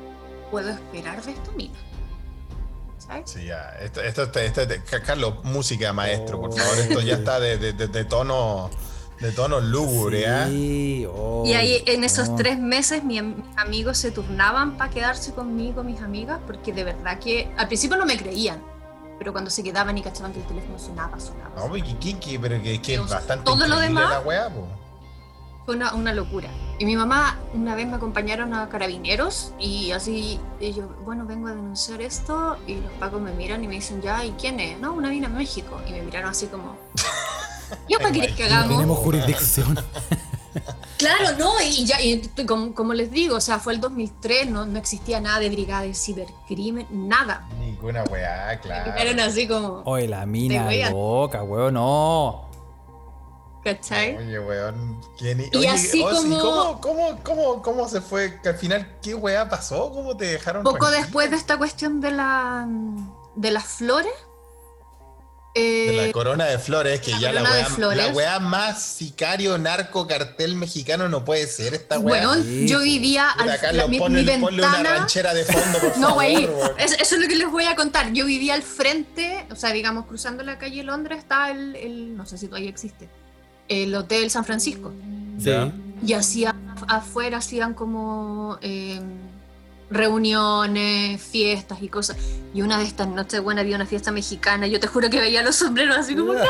S3: puedo esperar de esta mina? ¿Sabes?
S1: Sí, ya. Esto, esto, esto- esto- esto- Carlos, música, maestro, por favor.
S2: Oh.
S1: Esto ya está de, de- de- de tono. De tono lúgubre, ¿ah?
S2: Sí, oh,
S3: Y ahí en esos
S2: no.
S3: tres meses mi am- mis amigos se turnaban para quedarse conmigo, mis amigas, porque de verdad que al principio no me creían, pero cuando se quedaban y cachaban que el teléfono sonaba, sonaba.
S1: No, pues, ¿qué- qué- qué? pero que es que es
S3: Dios,
S1: bastante.
S3: todo lo
S1: increíble
S3: demás-
S1: La weá, po.
S3: Fue una, una locura. Y mi mamá una vez me acompañaron a carabineros y así y yo, bueno, vengo a denunciar esto y los pacos me miran y me dicen, ya, ¿y quién es? No, una mina en México. Y me miraron así como... ¿Ya para querés que
S2: No
S3: hagamos?
S2: tenemos jurisdicción.
S3: Claro, no, y ya, y t- como, como les digo, o sea, fue el 2003, no, no existía nada de brigada de cibercrimen, nada.
S1: Ninguna weá, claro.
S3: Eran así como,
S2: Oye, la mina
S3: Te voy a-
S2: loca, weón, no.
S1: Oh,
S3: ¿cachai?
S1: Oye, weón. ¿qué ni-
S3: Y
S1: Oye,
S3: así
S1: Ozzy,
S3: como-
S1: ¿cómo, cómo, cómo, cómo se fue? Que al final, ¿qué weá pasó? ¿Cómo te dejaron?
S3: Poco
S1: tranquila?
S3: después de esta cuestión de, la, de las flores,
S1: De la
S3: eh,
S1: corona de flores, que
S3: la
S1: ya la
S3: corona de
S1: weá,
S3: flores.
S1: la weá más sicario, narco, cartel mexicano no puede ser esta weá.
S3: bueno,
S2: Sí,
S3: yo
S2: po.
S3: vivía al
S1: Puta, Carlos,
S3: la- mi,
S1: ponle,
S3: mi
S1: ponle una
S3: ventana...
S1: ranchera de fondo, por
S3: No,
S1: favor.
S3: güey,
S1: weón.
S3: es- eso es lo que les voy a contar. Yo vivía al frente, o sea, digamos, cruzando la calle Londres, está el, el- no sé si todavía existe, el Hotel San Francisco.
S2: Sí.
S1: Ya.
S3: Y hacía afuera hacían como eh, reuniones, fiestas y cosas. Y una de estas noches, bueno, había una fiesta mexicana. Yo te juro que veía los sombreros así como, "No,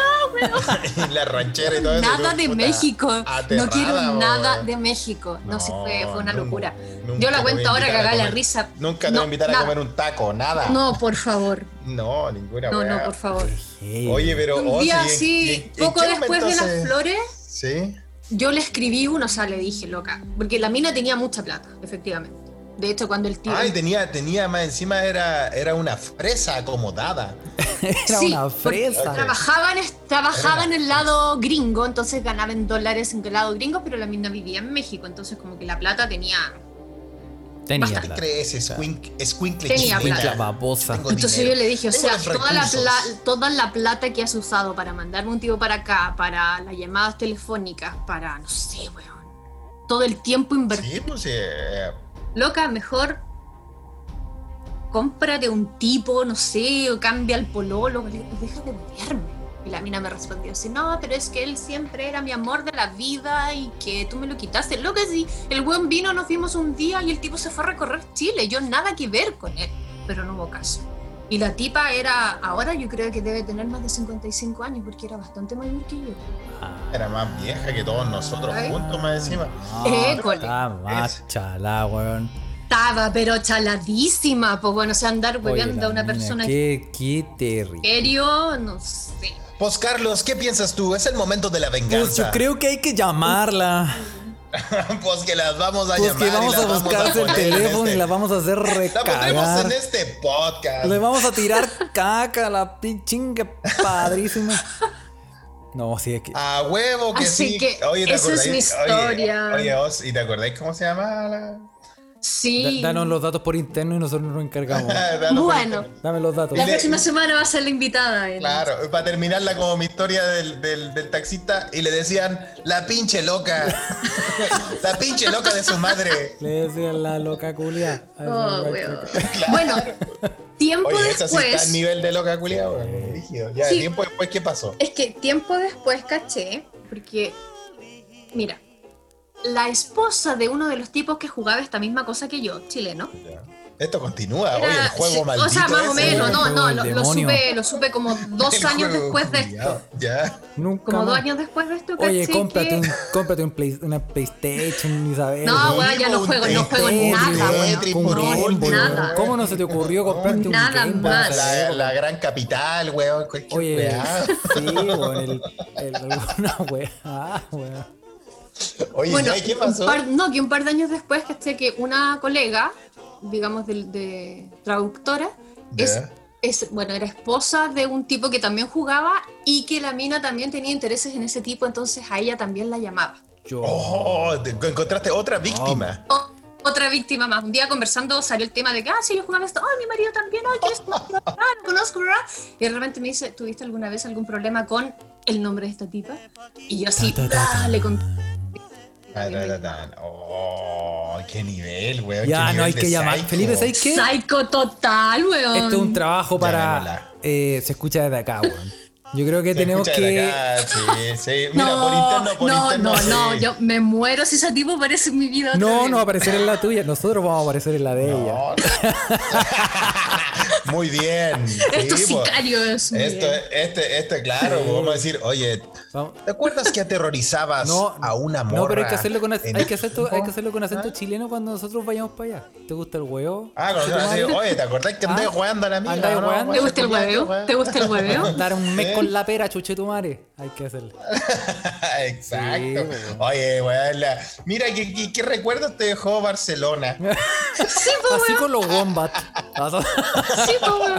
S1: y la ranchera y todo eso.
S3: nada
S1: tú,
S3: de
S1: puta,
S3: México.
S1: aterrada,
S3: no quiero
S1: po,
S3: nada
S1: weón.
S3: de México. No, sé, fue, fue una
S1: nunca,
S3: locura.
S1: nunca
S3: Yo la
S1: te voy
S3: cuento
S1: a
S3: ahora
S1: invitar a
S3: cagada la
S1: comer-
S3: risa.
S1: Nunca te voy
S3: No,
S1: a invitar a
S3: nada.
S1: comer un taco, nada. No,
S3: No, por favor.
S1: ninguna
S3: No,
S1: weá. oh,
S3: no, por favor.
S2: Hey.
S1: Oye, pero.
S3: un día
S1: Ozzy, ¿en-
S3: así,
S1: en- en
S3: poco
S1: qué
S3: después de
S1: momento
S3: las
S1: se-
S3: flores,
S1: Sí.
S3: yo le escribí uno, o sea, le dije, loca, porque la mina tenía mucha plata, efectivamente. De hecho, cuando el tío...
S1: Ay, tenía, tenía más encima, era, era una fresa acomodada.
S2: Era
S3: Sí,
S2: una
S3: porque
S2: fresa.
S3: Trabajaba en, trabajaba en el lado gringo, entonces ganaba en dólares en el lado gringo, pero la mina vivía en México, entonces como que la plata tenía...
S2: Tenía
S3: bastante
S1: ¿Qué
S2: plata.
S1: crees, squink, squinkle
S3: Tenía
S1: chilena?
S2: plata. Babosa.
S1: Tengo
S3: Entonces
S1: dinero.
S3: yo le dije, o
S1: Tengo
S3: sea,
S1: los
S3: toda la,
S1: recursos.
S3: pla- toda la plata que has usado para mandarme un tío para acá, para las llamadas telefónicas, para, no sé, weón, todo el tiempo invertido.
S1: Sí, pues eh,
S3: Loca, mejor cómprate un tipo, no sé, o cambia el pololo, le- deja de verme. Y la mina me respondió así, no, pero es que él siempre era mi amor de la vida y que tú me lo quitaste. Loca, sí, el buen vino, nos vimos un día y el tipo se fue a recorrer Chile, yo nada que ver con él, pero no hubo caso. Y la tipa era, ahora yo creo que debe tener más de 55 años porque era bastante mayor que yo.
S1: era más vieja que todos nosotros
S3: Ay.
S1: juntos, más encima.
S2: Ah,
S3: École.
S2: Está más chalá, weón.
S3: Estaba pero chaladísima, pues bueno, o sea, andar
S2: Oye,
S3: hueveando
S2: la
S3: a una
S2: mina,
S3: persona en
S2: Qué, qué terrible.
S3: serio, no sé.
S1: Pues Carlos, ¿qué piensas tú? Es el momento de la
S2: Pues yo
S1: venganza.
S2: creo que hay que llamarla.
S1: Pues que las vamos a
S2: Pues
S1: llamar.
S2: que vamos
S1: y las
S2: a buscarse el
S1: poner en
S2: teléfono
S1: este-
S2: y la vamos a hacer
S1: La pondremos en
S2: recagar.
S1: este podcast.
S2: Le vamos a tirar caca a la pin- chinga padrísima. No, sí, es que.
S1: A huevo que
S3: Así
S1: sí.
S3: que
S1: ¿te
S3: esa es
S1: acordáis?
S3: mi historia.
S1: Oye, oye, Oz, ¿y te acordáis cómo se llama? la-
S3: Sí.
S2: Da- danos los datos por interno y nosotros nos encargamos.
S1: Dalo por
S3: Bueno.
S1: internet.
S2: Dame los datos.
S3: La
S1: Ah, Le-
S3: próxima semana va a ser la invitada. eh. Eren.
S1: eh, Claro, para terminarla como mi historia del, del- del taxista y le decían la pinche loca. la pinche loca de su madre.
S2: Le decía la loca culia. A esa
S3: Oh,
S2: loca
S3: weón.
S2: culia.
S3: Bueno, tiempo
S1: Oye, esa sí está
S3: después.
S1: al nivel de loca culiado. Ya,
S3: Sí.
S1: tiempo después, ¿qué pasó?
S3: es que tiempo después caché Porque, mira, la esposa de uno de los tipos que jugaba esta misma cosa que yo, chileno,
S1: Ya. Esto continúa,
S3: Era-
S1: Ah, oye, el juego
S3: sí,
S1: maldito.
S3: O sea, más o
S1: ese.
S3: menos, no,
S2: El juego
S3: no, lo,
S2: del
S3: lo
S2: demonio.
S3: supe, lo supe como dos
S1: El
S3: años
S1: juego
S3: después de esto.
S1: culiao, Ya.
S2: Nunca
S3: Como dos
S2: más.
S3: años después de esto,
S2: Oye,
S3: caché
S2: cómprate,
S3: que-
S2: un, cómprate un play- una PlayStation, Isabel.
S3: No,
S2: weón.
S3: Ah, weón, ya no
S1: Un
S3: juego, no juego
S1: Tetris,
S3: nada,
S1: un
S3: weón.
S1: Tetris,
S2: Con
S1: no,
S2: Game Boy,
S1: Tetris,
S2: weón.
S3: nada.
S2: ¿Cómo no se te ocurrió comprarte un
S3: Nada
S2: Game Boy?
S3: más.
S1: La, la gran capital, weón. cualquier
S2: Oye,
S1: weá.
S2: sí, weón, el, el, alguna weá, weón.
S1: Oye,
S3: Bueno,
S1: ¿sabes qué
S3: un
S1: pasó?
S3: par- no, que un par de años después, caché que una colega, digamos, de, de traductora, es,
S1: Ya.
S3: es, bueno, era esposa de un tipo que también jugaba y que la mina también tenía intereses en ese tipo, entonces a ella también la llamaba.
S2: Yo.
S1: Oh, te- encontraste otra víctima.
S3: O- otra víctima más. Un día conversando salió el tema de que, ah, sí, yo jugaba esto, ay, mi marido también, ay, yo esto, ah, no conozco, ¿verdad? Y de repente me dice, ¿tuviste alguna vez algún problema con el nombre de esta tipa? Y yo así,
S2: Ta, ta, ta,
S3: ah, le conté.
S1: Ah, da, da, da. Oh, qué nivel, weón. qué
S2: Ya,
S1: nivel
S2: no hay
S1: de
S2: que llamar.
S1: psycho.
S2: Felipe, ¿sabes qué?
S3: Psycho total, weón.
S2: Esto es un trabajo
S1: Ya,
S2: para.
S1: Lola.
S2: eh, se escucha desde acá, weón. Yo creo que
S1: Se
S2: tenemos
S1: escucha
S2: que.
S1: de acá, sí, sí. Mira, por
S3: No,
S1: interno, por
S3: no,
S1: interno.
S3: no, no,
S1: sí.
S3: yo me muero si ese tipo aparece en mi vida. otra
S2: No,
S3: vez.
S2: no va a aparecer en la tuya. Nosotros vamos a aparecer en la de ella.
S1: No, no. Muy bien.
S3: Estos
S1: sí, po.
S3: sicarios.
S1: Esto,
S3: Miguel.
S1: este, este, claro, vamos a decir, oye,
S2: Vamos.
S1: ¿te acuerdas que aterrorizabas
S2: No,
S1: a una morra?
S2: no, pero hay que hacerlo con, ac-
S1: en
S2: hay
S1: el
S2: que hacer to- hay que hacerlo con
S1: tiempo?
S2: acento chileno cuando nosotros vayamos para allá. ¿Te gusta el huevo?
S1: Ah, con acento así, oye, ¿te acordás que andé
S2: Ah,
S1: jugando a la amiga?
S2: andaba
S1: no?
S2: jugando.
S3: ¿Te gusta el
S1: Oye,
S3: hueveo? ¿Te gusta el hueveo?
S2: Dar un mes con la pera, chuchetumare. Hay que hacerlo.
S1: Exacto.
S2: Sí, weón.
S1: Oye, weón, la- mira, ¿qué, qué, qué recuerdos te dejó Barcelona?
S3: Sí, po,
S2: Así con los wombats.
S1: Ah,
S3: sí, pues, po, weón.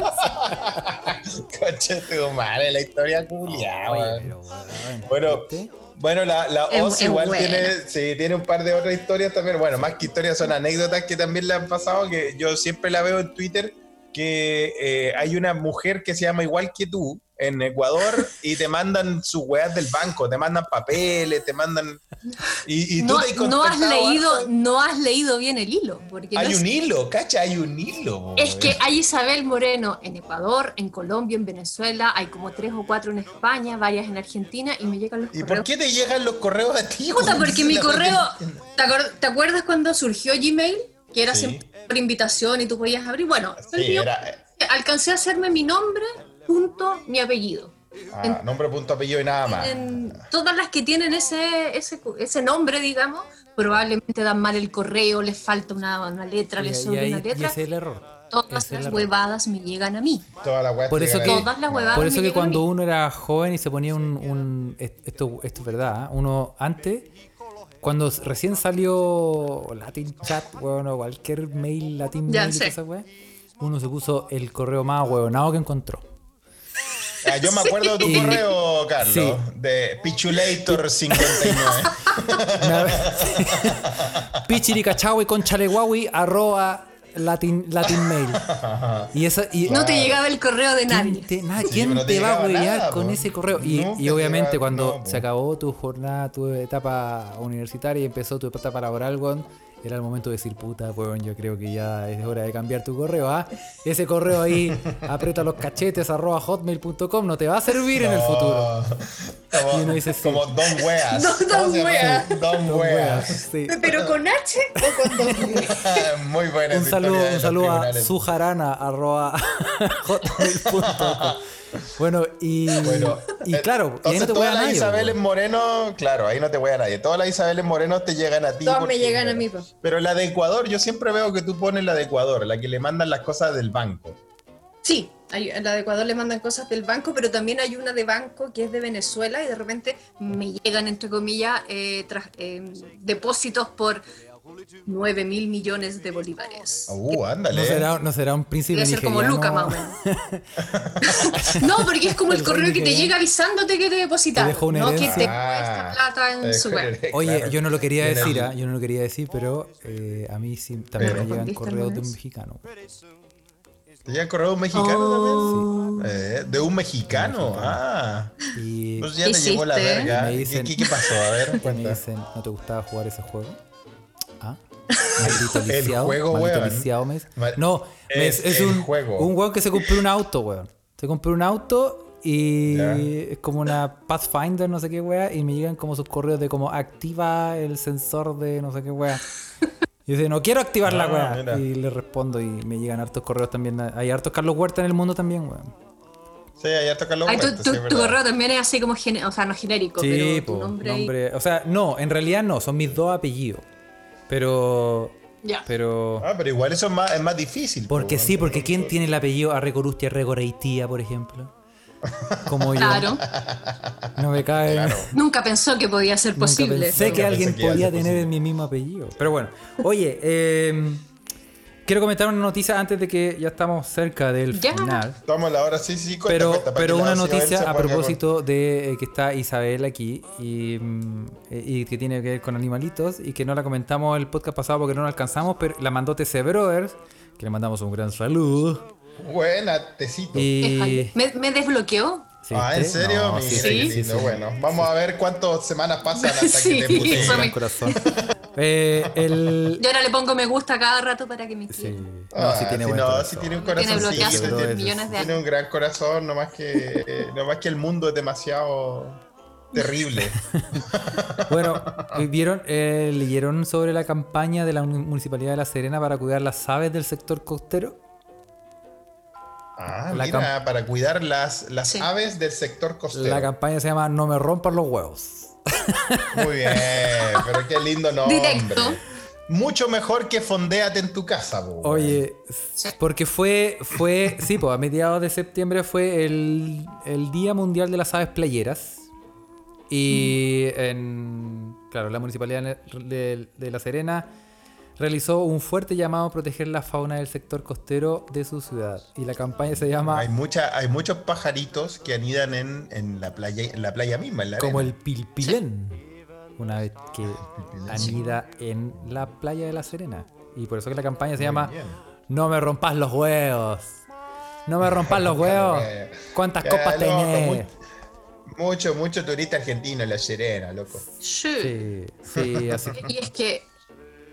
S1: Coche tu madre, la historia culiada,
S2: Oye,
S1: weón.
S2: pero, weón,
S1: Bueno,
S2: ¿viste?
S1: bueno, la, la
S3: Es-
S1: Oz
S3: es
S1: igual
S3: buena.
S1: tiene, sí, tiene un par de otras historias también. Bueno, más que historias son anécdotas que también le han pasado, que yo siempre la veo en Twitter, que eh, hay una mujer que se llama igual que tú en Ecuador y te mandan sus weas del banco, te mandan papeles, te mandan... Y, y tú
S3: No,
S1: te
S3: no has
S1: contactado
S3: leído,
S1: harto.
S3: no has leído bien el hilo, porque no
S1: Hay
S3: es,
S1: un hilo, cacha, hay un hilo. eh.
S3: es que ah,
S1: weón.
S3: hay Isabel Moreno en Ecuador, en Colombia, en Venezuela, hay como tres o cuatro en España, varias en Argentina y me llegan los
S1: ¿Y por
S3: correos.
S1: qué te llegan los correos a ti?
S3: Puta,
S1: weón?
S3: porque mi
S1: La-
S3: correo, ¿te, acuer- te acuerdas cuando surgió Gmail? Que era
S1: Sí.
S3: siempre por invitación y tú podías abrir. Bueno, el
S1: Sí,
S3: mío-
S1: era...
S3: alcancé a hacerme mi nombre punto mi apellido.
S1: ah, nombre, punto, apellido y nada más.
S3: En todas las que tienen ese, ese, ese nombre, digamos, probablemente dan mal el correo, les falta una, una letra,
S2: Y-
S3: les
S2: y
S3: sobra
S2: ahí-
S3: una
S2: y ese
S3: letra.
S2: es el error. Ese
S3: Todas
S2: es el
S3: las
S2: error.
S3: huevadas me llegan a mí.
S1: Toda la weá
S2: Por
S1: te
S2: eso
S1: llegan
S2: que-
S1: a ti.
S3: Todas las huevadas
S2: Por
S3: me
S2: eso que
S3: llegan a
S2: cuando
S3: mí.
S2: uno era joven y se ponía un... un- est- esto, esto es verdad, ¿eh? uno antes, cuando s- recién salió Latin Chat, bueno, cualquier mail, Latin
S3: Ya
S2: Mail, y
S3: sé.
S2: toda esa weá, uno se puso el correo más huevonado que encontró.
S1: Ah, yo me acuerdo de tu
S2: Sí.
S1: correo, Carlos,
S2: Sí.
S1: de Pichulator59.
S2: Pichiricachahui con chaleguahui arroba latin, latin mail. Y esa... Y,
S3: No te llegaba el correo de nadie.
S2: ¿Quién te, nada,
S1: Sí,
S2: ¿quién
S1: pero no te
S2: te va a
S1: llegaba
S2: huevear
S1: nada,
S2: con
S1: po.
S2: ese correo? Y,
S1: Nunca
S2: y
S1: te
S2: obviamente
S1: llegaba-
S2: cuando
S1: no, po.
S2: se acabó tu jornada, tu etapa universitaria y empezó tu etapa laboral, weón, era el momento de decir, puta, weón, yo creo que ya es hora de cambiar tu correo, ¿ah? Ese correo ahí, aprieta los cachetes, arroba hotmail.com, no te va a servir en el futuro. Y uno
S1: Oh, Como,
S2: dice sí.
S1: como Don Weas.
S3: Don-
S1: ¿Cómo
S3: Don
S1: se llama?
S3: Weas.
S1: Don
S2: Son weas,
S1: Weas.
S2: sí.
S3: Pero con H o con
S1: Muy buena
S2: Un
S1: esa
S2: saludo,
S1: historia de
S2: un
S1: los
S2: saludo a
S1: tribunales.
S2: sujarana arroba hotmail.com. Bueno, y,
S1: Bueno,
S2: y
S1: eh,
S2: claro, y ahí
S1: entonces
S2: no te
S1: todas
S2: huevea
S1: las
S2: nadie,
S1: Isabeles
S2: weón.
S1: Moreno, claro, ahí no te voy a nadie. Todas las Isabeles Moreno te llegan a ti.
S3: Todas me
S1: porque-
S3: llegan a mí, po.
S1: Pero la de Ecuador, yo siempre veo que tú pones la de Ecuador, la que le mandan las cosas del banco.
S3: Sí, hay- a la de Ecuador le mandan cosas del banco, pero también hay una de banco que es de Venezuela y de repente me llegan, entre comillas, eh, tras- eh, depósitos por 9 mil millones de bolívares.
S2: Ah,
S1: Uh, ándale.
S2: No será, no será un príncipe
S3: Debe ser como
S2: nigeriano.
S3: Luca, más o menos. no, porque es como el
S2: El
S3: correo que te
S2: nigeriano.
S3: llega avisándote que
S2: Te
S3: te depositaron.
S2: dejó una
S3: no que te
S2: herencia.
S3: cuesta plata en su web.
S1: Ah. Eh, Claro.
S2: Oye, yo no lo quería
S1: Tiene-
S2: decir, ¿ah? yo no lo quería decir, pero eh, a mí sí, también
S1: Pero-
S2: me llegan
S3: ¿Respondiste
S2: correos de
S3: alguna
S2: un
S3: vez?
S2: mexicano.
S1: ¿Te llega correo de un mexicano
S3: Oh.
S1: también? Eh, de un mexicano. Ah,
S2: Y
S1: pues ya
S3: ¿Qué
S1: te llegó la
S3: hiciste?
S1: verga.
S2: Me
S1: ¿Qué-
S2: dicen-
S1: ¿Qué, qué pasó? A ver,
S2: que me
S1: cuenta.
S2: dicen, ¿no te gustaba jugar ese juego? Ah, maldito
S1: El
S2: lisiado.
S1: juego,
S2: maldito
S1: weón.
S2: lisiado me dice.
S1: Mal-
S2: No, me
S1: es
S2: es, es
S1: el
S2: un
S1: juego.
S2: un weón que se compró un auto, weón. Se compró un auto Y
S1: Ya.
S2: es como una Pathfinder, no sé qué wea. Y me llegan como sus correos de como activa el sensor de no sé qué wea. Y dice, no quiero activar la
S1: Ah,
S2: wea.
S1: mira.
S2: Y le respondo y me llegan hartos correos también. Hay hartos Carlos Huerta en el mundo también, weón.
S1: Sí, ayer toca los
S3: Ay, tu,
S1: muertos,
S3: tu-
S1: sí, es
S3: tu
S1: verdad.
S3: correo también es así como, gene- o sea, no genérico, pero tu
S2: po,
S3: nombre, ahí-
S2: nombre- O sea, no, en realidad no, son mis dos apellidos. Pero.
S3: Ya.
S2: Pero.
S1: Ah, pero igual eso es más, es más difícil.
S2: Porque
S1: po,
S2: sí,
S1: ¿no?
S2: porque ¿quién tiene el apellido Arregorustia Arregoreitía, por ejemplo? Como yo.
S3: Claro.
S2: No me cae.
S1: Claro.
S3: Nunca pensó que podía ser
S2: Nunca
S3: posible.
S2: pensé que
S1: Nunca
S2: alguien
S1: pensé que iba a
S2: podía
S1: ser
S2: tener
S1: posible.
S2: en mi mismo apellido. Pero bueno, oye, eh, quiero comentar una noticia antes de que ya estamos cerca del
S3: Ya.
S2: final.
S1: Estamos a la hora, sí, sí, cuenta,
S2: Pero,
S1: cuenta, para
S2: pero
S1: que la
S2: una
S1: señora Elsa
S2: noticia a
S1: ponga con-
S2: propósito de eh, que está Isabel aquí y, mm, eh, y que tiene que ver con animalitos y que no la comentamos el podcast pasado porque no la alcanzamos, pero la mandó TC Brothers, que le mandamos un gran saludo.
S1: Buena, tecito.
S2: Y,
S3: Déjale. ¿Me, me desbloqueó.
S2: ¿Sí,
S1: ah, ¿en
S2: este?
S1: serio?
S2: No,
S1: Mira,
S2: sí,
S1: qué
S2: sí, sí,
S1: lindo.
S2: sí.
S1: Bueno, vamos a ver cuántas semanas pasan hasta
S3: Sí,
S1: que te puteen.
S3: eso
S2: Gran
S3: me-
S2: corazón. Eh, el,
S3: Yo ahora le pongo me gusta cada rato para que me
S2: sí.
S3: quiera.
S2: No,
S1: Ah,
S2: sí tiene
S1: si
S2: buen
S1: no,
S2: corazón.
S1: si tiene un
S3: Tiene
S1: corazón
S3: bloqueado
S2: sí,
S1: tiene,
S3: millones de
S1: tiene un gran corazón, nomás que, eh, nomás que el mundo es demasiado terrible.
S2: Bueno, ¿vieron, eh, ¿leyeron sobre la campaña de la Uni- Municipalidad de La Serena para cuidar las aves del sector costero?
S1: Ah,
S2: La
S1: mira, para cuidar las, las
S3: Sí.
S1: aves del sector
S2: La
S1: costero.
S2: campaña se llama No me rompan los huevos.
S1: Muy bien, pero qué lindo nombre.
S3: Directo.
S1: Mucho mejor que fondéate en tu casa, bo.
S2: Oye, porque fue, fue, sí, pues a mediados de septiembre fue el, el Día Mundial de las Aves Playeras. Y en, claro, la Municipalidad de, de La Serena realizó un fuerte llamado a proteger la fauna del sector costero de su ciudad. Y la campaña se llama
S1: Hay, mucha, hay muchos pajaritos que anidan en, en la playa en la playa misma, en la
S2: Como
S1: arena.
S2: el pilpilén. Una vez que anida en la playa de La Serena. Y por eso que la campaña se llama
S1: bien.
S2: No me rompas los huevos. No me rompas los huevos. ¿Cuántas
S1: Ya,
S2: copas
S1: loco,
S2: tenés?
S1: Mucho, mucho turista argentino en la Serena, loco.
S3: Sí.
S2: Sí, sí, así que.
S3: Y es que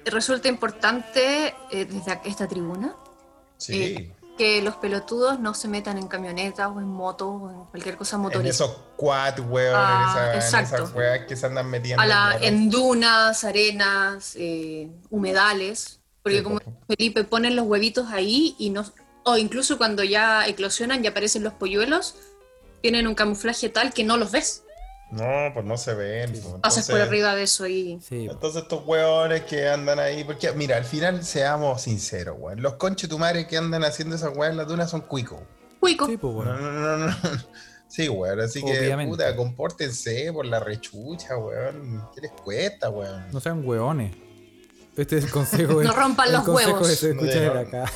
S3: resulta importante eh, desde ac- esta tribuna
S1: Sí.
S3: eh, que los pelotudos no se metan en camionetas o en motos o en cualquier cosa
S1: en
S3: motorizada.
S1: esos quad, weón,
S3: Ah,
S1: en, esa- en
S3: exacto.
S1: esas weas que se andan metiendo.
S3: A la,
S1: en
S3: en dunas, arenas, eh, humedales, porque
S1: Sí,
S3: como
S1: por
S3: Felipe ponen los huevitos ahí y no, o incluso cuando ya eclosionan y aparecen los polluelos, tienen un camuflaje tal que no los ves.
S1: No, pues no se ven. pues,
S3: Pasas por
S1: entonces-
S3: arriba de eso y
S2: Sí,
S1: Entonces estos weones que andan ahí, porque mira, al final seamos sinceros, weón. Los conchetumares que andan haciendo esas weas en las dunas son cuicos.
S3: cuico.
S2: sí, pues
S1: No,
S2: bueno.
S1: no, no, no. Sí, weón, así que
S2: Obviamente.
S1: puta, compórtense por la rechucha, weón. ¿Qué les cuesta, weón?
S2: No sean hueones. Este es el consejo. de-
S3: No rompan
S2: el
S3: los
S2: consejo
S3: huevos.
S2: que se escucha
S1: No,
S2: desde
S1: no.
S2: acá.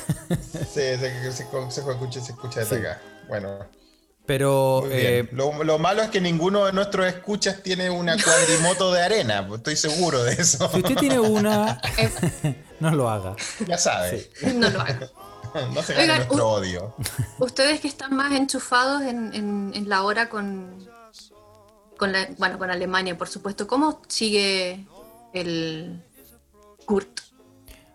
S1: Sí, ese, ese consejo escucha, se escucha desde
S2: Sí.
S1: acá. Bueno,
S2: Pero.
S1: muy
S2: eh,
S1: bien. Lo, lo malo es que ninguno de nuestros escuchas tiene una cuadrimoto de arena, pues, estoy seguro de eso.
S2: si usted tiene una,
S3: Eh,
S2: no lo haga.
S1: Ya sabes,
S3: no lo hagan.
S1: no se gana
S3: Oigan,
S1: nuestro
S3: un-
S1: odio.
S3: Ustedes que están más enchufados en, en- en la hora con, con la, bueno, con Alemania, por supuesto, ¿cómo sigue el Kurt?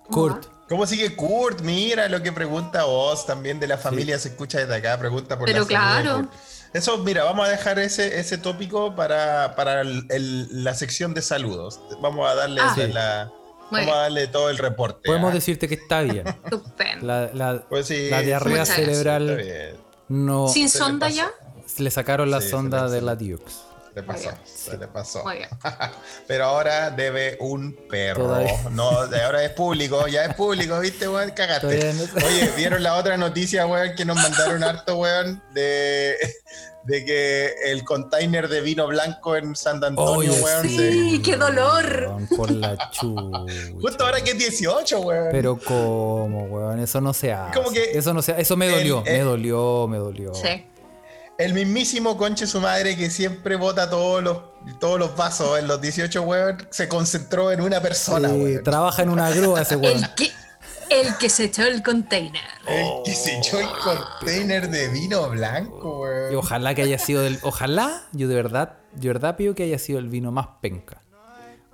S3: ¿Cómo va?
S2: Kurt,
S1: ¿Cómo sigue Kurt? Mira lo que pregunta vos también de la familia se escucha desde acá, pregunta por
S3: Pero
S1: la salud de
S3: claro.
S1: Kurt. Eso, mira, vamos a dejar ese, ese tópico para, para el- el- la sección de saludos. Vamos a darle
S3: Ah.
S1: esa-
S2: Sí.
S1: la-
S3: Muy
S1: vamos a darle todo el reporte.
S2: podemos
S1: ¿ah?
S2: decirte que está bien.
S3: Estupendo.
S2: La, la-
S1: Pues sí,
S2: la diarrea
S3: sí, sí,
S1: está
S2: cerebral
S1: bien.
S2: no
S3: ¿Sin
S1: Se le
S3: sonda
S1: pasó,
S3: ya?
S2: le sacaron la
S1: Sí, se
S2: sonda
S1: le-
S2: de
S1: se
S2: la
S1: le-
S2: Dukes.
S1: Se le pasó,
S3: bien.
S1: se le pasó.
S3: Muy bien.
S1: Pero ahora debe un perro.
S2: Todavía.
S1: No, de ahora es público, ya es público, ¿viste, weón?
S2: Todavía
S1: Cagaste.
S2: no-
S1: Oye, ¿vieron la otra noticia, weón, que nos mandaron harto, weón? De, de que el container de vino blanco en San Antonio,
S2: Oye,
S1: weón.
S3: sí.
S1: se-
S3: qué dolor.
S2: weón, Por la chucha.
S1: Justo ahora que es 18, weón.
S2: Pero cómo, weón, eso no se hace.
S1: Como que- eh,
S2: eso no se Eso me
S1: el-
S2: dolió, me
S1: el-
S2: dolió, me dolió.
S3: Sí.
S1: El mismísimo conche su madre que siempre bota todos los, todos los vasos en los 18, weón, se concentró en una persona,
S2: Sí,
S1: weón.
S2: trabaja en una grúa ese weón.
S3: El que, el que se echó el container.
S1: El que se echó
S2: Oh,
S1: el container de vino blanco, weón.
S2: Y ojalá que haya sido del. Ojalá, yo de verdad, yo de verdad pido que haya sido el vino más penca.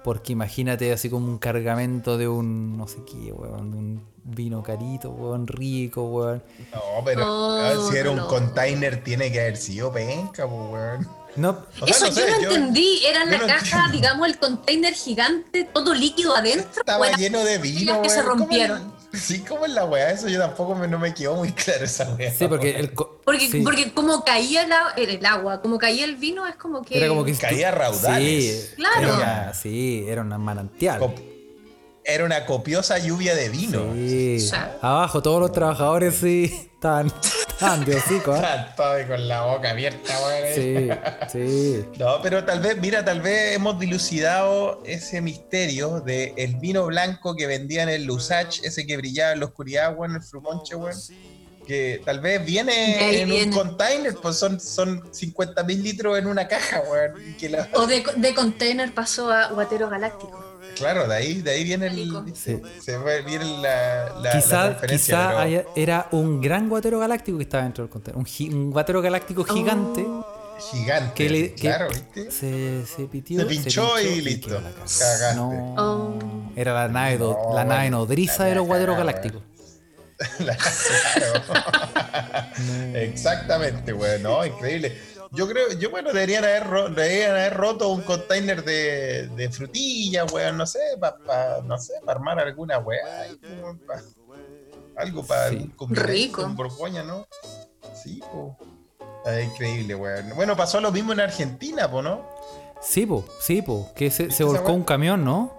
S2: Porque imagínate así como un cargamento de un, no sé qué, weón, de un vino carito, weón, rico, weón.
S1: No, pero
S3: Oh,
S1: ah, si era un
S3: no.
S1: container, tiene que haber sido penca, po, weón.
S2: No,
S1: O sea,
S3: Eso
S1: no sé,
S3: yo no
S1: yo-
S3: entendí. Era en
S1: yo
S3: la
S1: no
S3: caja,
S1: entiendo.
S3: digamos, el container gigante, todo líquido adentro.
S1: Estaba
S3: o era-
S1: lleno de
S3: las
S1: vino,
S3: que se
S1: weón. ¿Cómo es-
S3: rompieron.
S1: Sí, ¿cómo es la weá? Eso yo tampoco me, no me quedó muy claro esa weá.
S2: sí, porque el... co-
S3: Porque,
S2: sí.
S3: porque como caía el, a- el- el agua, como caía el vino, es como que.
S2: Era como que...
S1: Caía raudales.
S2: Sí,
S3: Claro.
S2: Era, sí, era una manantial.
S1: Cop- Era una copiosa lluvia de vino.
S2: Sí.
S3: O sea.
S2: Abajo todos los trabajadores sí están, tan de hocico, ¿ah?
S1: Ah, todo con la boca abierta, weón.
S2: Sí, sí.
S1: No, pero tal vez, mira, tal vez hemos dilucidado ese misterio de el vino blanco que vendían en Lusach, ese que brillaba en la oscuridad, weón, el frumonche, weón. Que tal vez
S3: De ahí
S1: viene en un
S3: viene.
S1: container, pues son, son 50 mil litros en una caja, weón. y que la-
S3: O de, de container pasó a Guatero Galáctico.
S1: claro, de ahí, de ahí viene el,
S2: Sí.
S1: se fue- viene la, la, la
S2: Quizá,
S1: referencia,
S2: quizá
S1: pero-
S2: haya- era un gran guatero galáctico que estaba dentro del contenedor. Un, gi- un guatero galáctico gigante
S1: gigante,
S2: que, le, que
S1: Oh. claro, ¿viste?
S2: se, se pitió.
S1: Se pinchó y listo,
S2: quedó la caga.
S1: cagaste.
S2: No,
S3: Oh.
S2: Era la nave, do-
S1: No,
S2: la nave nodriza
S1: la
S2: de los guateros
S1: cagada.
S2: galácticos.
S1: La- claro. Exactamente, weón. No, increíble. Yo creo, yo bueno, deberían haber, ro- deberían haber roto un container de, de frutillas, weón, no sé, para no sé, pa armar alguna weá. ahí, weón, pa- algo para
S2: Sí.
S3: Rico.
S1: Borgoña, ¿no? Sí, po. Ah, increíble, weón. Bueno, pasó lo mismo en Argentina, po, ¿no?
S2: Sí, po, sí, po. Que se, se
S1: esa
S2: volcó
S1: weá?
S2: un camión, ¿no?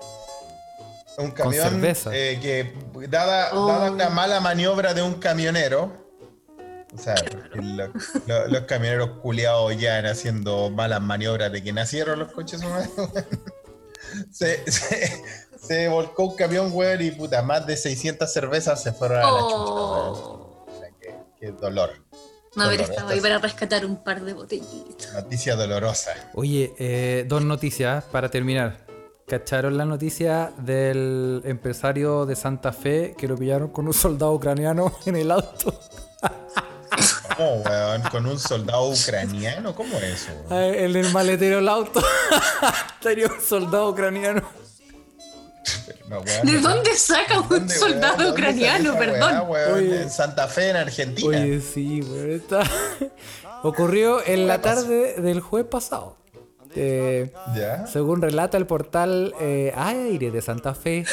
S1: Un
S2: Con
S1: camión
S2: cerveza.
S1: eh, que, dada,
S3: Oh.
S1: dada una mala maniobra de un camionero, o sea, porque lo- lo- los camioneros culiados ya eran haciendo malas maniobras de que nacieron los coches humanos. se, se, se volcó un camión, weón, y puta, más de 600 cervezas se fueron a Ah, la chucha, weón.
S3: Oh.
S1: O sea, qué- Qué dolor,
S3: No haber
S1: Dolor,
S3: estado
S1: esto
S3: ahí
S1: es-
S3: para rescatar un par de botellitas.
S1: noticia dolorosa.
S2: Oye, eh, dos noticias para terminar. ¿Cacharon la noticia del empresario de Santa Fe que lo pillaron con un soldado ucraniano en el auto?
S1: ¿Cómo, weón? Con un soldado ucraniano, ¿cómo es eso? weón?
S2: Ay, Eh, En el maletero del auto tenía un soldado ucraniano.
S1: No, weón,
S3: ¿De
S1: no sé.
S3: dónde saca un
S1: ¿Dónde, weón?
S3: soldado
S1: ¿Dónde salió
S3: ucraniano?
S1: esa
S3: Perdón.
S1: weá, weón?
S2: Oye.
S1: En Santa Fe, en Argentina.
S2: Oye, sí, güey, está- Ocurrió en la tarde del jueves pasado. Eh,
S1: ¿Ya?
S2: según relata el portal eh, Aire de Santa Fe,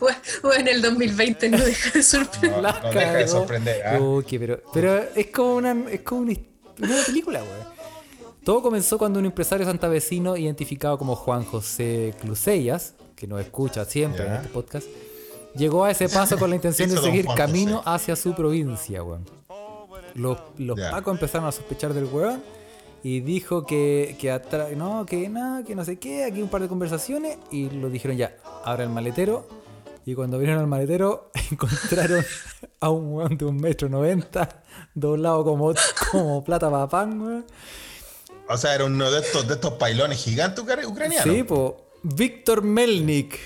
S3: Bueno, en el 2020 no deja de sorprender.
S1: No,
S2: la
S1: no deja de
S2: cagó.
S1: sorprender. ¿ah?
S2: Uy, qué pero, pero es como una, es como una, hist- una película, güey. Todo comenzó cuando un empresario santavecino identificado como Juan José Clusellas, que nos escucha siempre en
S1: Ya.
S2: este podcast, llegó a ese paso con la intención de
S1: Hizo don
S2: seguir
S1: Juan
S2: camino
S1: José.
S2: hacia su provincia, weón. Los, los
S1: Ya.
S2: pacos empezaron a sospechar del weón y dijo que, que atra- no, que nada, que no sé qué, aquí un par de conversaciones y lo dijeron ya, abra el maletero. Y cuando vieron al maletero, encontraron a un weón de un metro noventa, doblado como, como plata para pan, weón.
S1: O sea, era uno de estos, de estos pailones gigantes ucra- ucranianos.
S2: Sí, po. Víctor Melnik.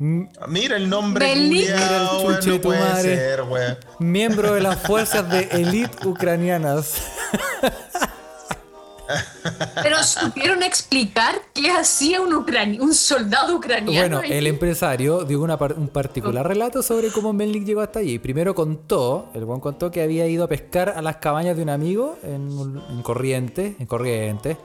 S2: M-
S1: Mira el nombre.
S3: Belic.
S1: culiao,
S2: Mira el
S1: weón,
S2: chuche
S1: no
S2: tu
S1: puede
S2: madre.
S1: ser, weón.
S2: Miembro de las fuerzas de élite ucranianas.
S3: Pero supieron explicar qué hacía un, ucrani- un soldado ucraniano.
S2: Bueno,
S3: ahí.
S2: el em- empresario dio una par- un particular relato sobre cómo Melnik llegó hasta allí. Primero contó, el buen contó que había ido a pescar a las cabañas de un amigo en, un- en Corrientes, en Corrientes,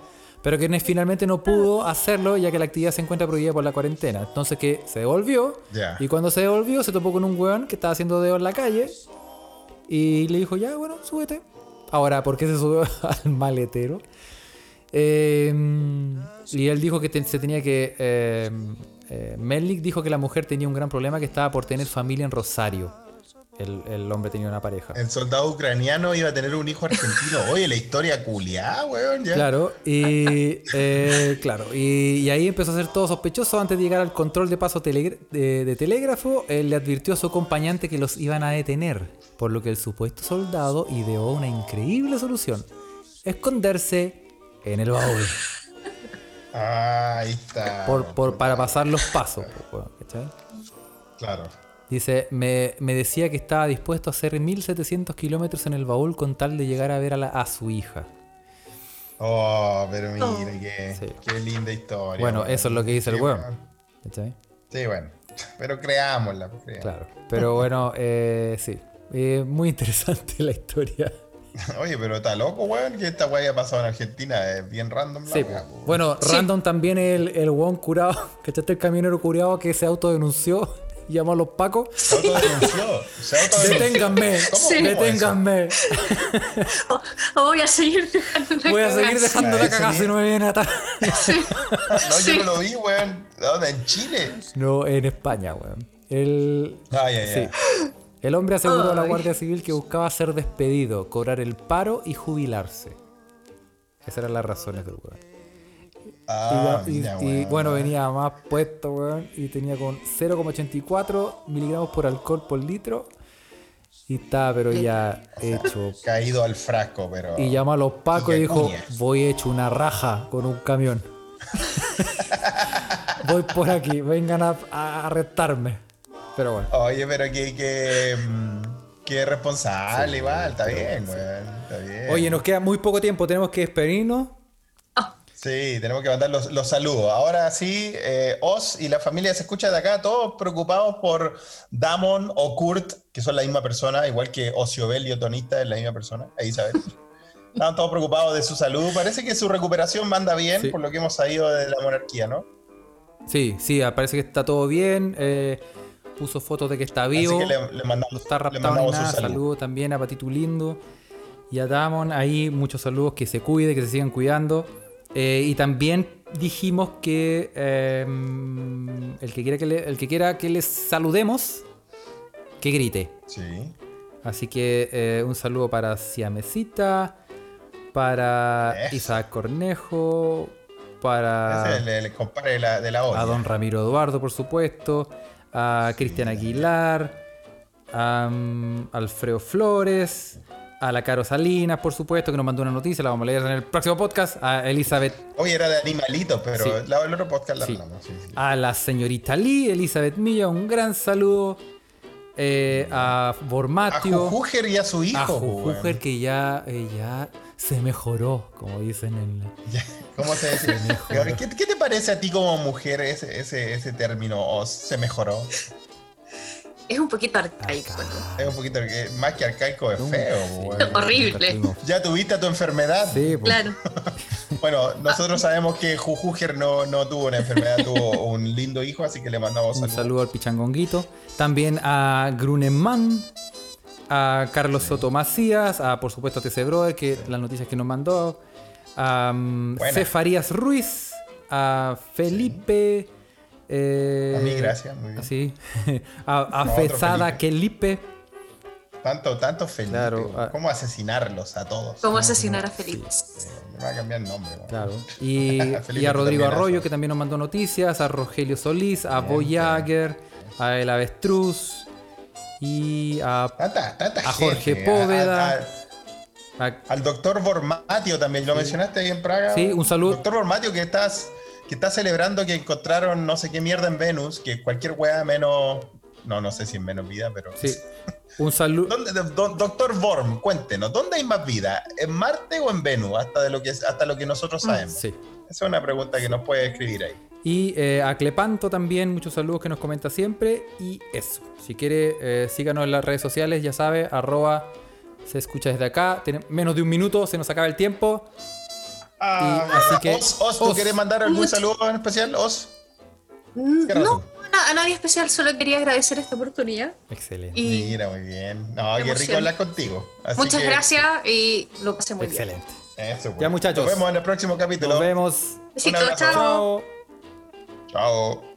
S2: pero que ne- finalmente no pudo hacerlo ya que la actividad se encuentra prohibida por la cuarentena. Entonces que se devolvió
S1: Ya.
S2: y cuando se devolvió se topó con un weón que estaba haciendo dedo en la calle Y le dijo, ya, bueno, súbete. Ahora, ¿por qué se subió al maletero? Eh, y él dijo que te- se tenía que... Eh, eh, Melnik dijo que la mujer tenía un gran problema que estaba por tener familia en Rosario. El, el hombre tenía una pareja.
S1: El soldado ucraniano iba a tener un hijo argentino. Oye, la historia culiá, weón. Ya.
S2: Claro, y, eh, claro y, y ahí empezó a ser todo sospechoso. Antes de llegar al control de paso telegr- de, de telégrafo, él le advirtió a su acompañante que los iban a detener, por lo que el supuesto soldado ideó una increíble solución, esconderse en el baúl
S1: Ahí está.
S2: por, por- para pasar los pasos. pues, weón, ¿cachai?
S1: Claro.
S2: Dice, me, me decía que estaba dispuesto a hacer 1700 kilómetros en el baúl con tal de llegar a ver a, la- a su hija.
S1: Oh, pero mira, qué,
S2: Sí.
S1: qué linda historia.
S2: Bueno,
S1: weón.
S2: eso es lo que dice el
S1: Qué
S2: weón. ¿Cachai?
S1: Sí, bueno. Pero creámosla. pues, creámosla.
S2: Claro. Pero bueno, eh, sí. Eh, muy interesante la historia.
S1: Oye, pero está loco, weón, que esta weá haya pasado en Argentina. Es bien random la
S2: Sí,
S1: weá,
S2: po.
S1: po.
S2: Bueno,
S3: Sí.
S2: Random también es el, el weón curado. ¿Cachaste el camionero curado que se autodenunció? y Llamó a los pacos.
S1: Se autodenunció. Se autodenunció.
S2: Deténganme,
S1: ¿Cómo-
S3: Sí.
S1: cómo eso?
S2: deténganme.
S3: O- o Oh, voy a seguir dejando la
S2: Voy a
S3: cagada.
S2: seguir dejando
S1: A
S2: la
S1: ese
S2: cagada si
S1: nivel.
S2: no me vienen a atar.
S1: No, yo
S3: Sí.
S1: no lo vi, weón. ¿Dónde? En Chile. Ah,
S2: No, en España, weón. El,
S1: Ay, ay, ay.
S2: sí. El hombre aseguró a la
S3: Ay.
S2: Guardia Civil que buscaba ser despedido, cobrar el paro y jubilarse. Esas eran las razones del weón. Y,
S1: Ah,
S2: y-
S1: mira,
S2: y,
S1: weón.
S2: bueno, venía más puesto, weón. Y tenía con 0,84 miligramos por alcohol por litro. Y estaba, pero ya hecho.
S1: Caído al frasco, pero.
S2: Y llamó a los pacos y
S1: Ya
S2: dijo:
S1: cuña.
S2: Voy hecho una raja con un camión. Voy por aquí, vengan a, a arrestarme. Pero bueno.
S1: Oye, pero que. que mm, que responsable, igual. Está bien, weón. Está bien.
S2: Oye, nos queda muy poco tiempo, tenemos que despedirnos.
S1: Sí, tenemos que mandar los, los saludos. Ahora sí, eh, Oz y la familia se escucha de acá, todos preocupados por Damon o Kurt, que son la misma persona, igual que Ociobel y Otonista es la misma persona, e Isabel. Estaban todos preocupados de su salud. Parece que su recuperación manda bien,
S2: Sí.
S1: por lo que hemos sabido de la monarquía, ¿no?
S2: Sí, sí, parece que está todo bien. eh, puso fotos de que está vivo.
S1: Así que le, le
S2: no
S1: mandamos,
S2: está
S1: le
S2: raptado ni
S1: mandamos
S2: nada.
S1: su salud.
S2: Saludos también a Patito Lindo y a Damon. Ahí muchos saludos, que se cuide, que se sigan cuidando. Eh, y también dijimos que, eh, el, que quiera que le- el que quiera que les saludemos, que grite.
S1: Sí.
S2: Así que eh, un saludo para Siamesita, para
S1: Eso.
S2: Isaac Cornejo,
S1: Ese es
S2: para
S1: el, el compadre de la, de la
S2: a
S1: olla.
S2: don Ramiro Eduardo, por supuesto, a Cristian Aguilar, a mm, Alfredo Flores, a la Caro Salinas, por supuesto, que nos mandó una noticia, la vamos a leer en el próximo podcast, a Elizabeth,
S1: Hoy era de animalitos, pero
S2: Sí.
S1: la, el otro podcast la
S2: Sí.
S1: hablamos. sí, sí.
S2: a la señorita Lee, Elizabeth Milla, un gran saludo, eh, a
S1: A
S2: Bormatio,
S1: Jujuger y a su hijo.
S2: Ah, a
S1: weón.
S2: Jujujer, que ya, eh, ya se mejoró, como dicen en la...
S1: Ya, ¿Cómo se dice? Gabriel, ¿Qué, qué te parece a ti como mujer ese, ese, ese término? ¿O se mejoró?
S3: Es un poquito arcaico. ¿no?
S1: Es un poquito arca- más que arcaico, es
S2: Nunca,
S1: feo.
S2: sí.
S1: weón.
S3: Horrible.
S2: Nunca tuvimos-
S1: Ya tuviste tu enfermedad.
S2: Sí, pues.
S3: Claro.
S1: Bueno, nosotros sabemos que Jujuger no, no tuvo una enfermedad, tuvo un lindo hijo, así que le mandamos
S2: Un
S1: saludos.
S2: saludo al Pichangonguito. También a Grunemann, a Carlos Soto Macías, a por supuesto a TC Brother, que las noticias que nos mandó, a um,
S1: Buena.
S2: C. Farías Ruiz, a Felipe. eh,
S1: A mí, gracias, muy bien.
S2: sí. a a
S1: No, otro
S2: Fesada Kelipe.
S1: Tanto, tanto feliz.
S2: Claro,
S1: weón.
S2: ah.
S1: ¿Cómo asesinarlos a todos? Eh,
S3: ¿Cómo asesinar a Felipe?
S1: Me va a cambiar el nombre. weón.
S2: Claro. Y,
S1: Felipe
S2: y a Rodrigo
S1: también,
S2: Arroyo,
S1: eso.
S2: que también nos mandó noticias, a Rogelio Solís, a
S1: Bien,
S2: Voyager, a El Avestruz y a
S1: Tanta, tanta
S2: A
S1: gente, ¿eh?
S2: Jorge Póveda.
S1: a- a-
S2: a
S1: Al doctor Bormatio también, lo mencionaste ahí en Praga.
S2: Sí, un saludo.
S1: Doctor Bormatio, que estás que está celebrando que encontraron no sé qué mierda en Venus, que cualquier weá menos. No, no sé si en menos vida, pero.
S2: Sí. Un saludo.
S1: ¿Dónde- do- doctor Borm, cuéntenos, ¿dónde hay más vida? ¿En Marte o en Venus? Hasta, de lo, que, hasta lo que nosotros sabemos.
S2: Ah, Sí.
S1: Esa es una pregunta que nos puede escribir ahí.
S2: Y eh, a Clepanto también, muchos saludos que nos comenta siempre. Y eso. Si quiere, eh, síganos en las redes sociales, ya sabe, arroba se escucha desde acá. Tiene menos de un minuto, se nos acaba el tiempo.
S1: Ah,
S2: así que-
S1: Oz, Oz, ¿tú
S2: Oz.
S1: quieres mandar algún
S3: Mucho-
S1: saludo en especial? Oz.
S3: Mm,
S1: ¿Qué
S3: No,
S1: razón?
S3: a, a nadie especial, solo quería agradecer esta oportunidad.
S2: Excelente.
S3: Y
S1: Mira, muy bien. No,
S3: Qué
S1: qué rico
S3: emoción.
S1: hablar contigo. Así
S3: muchas
S1: que-
S3: gracias y lo pasé muy bien.
S2: Excelente.
S1: Eso, pues.
S2: Ya, muchachos.
S1: Nos vemos en el próximo capítulo.
S2: Nos vemos.
S3: Besitos,
S1: Un abrazo.
S3: chao.
S2: Chao.
S1: Chao.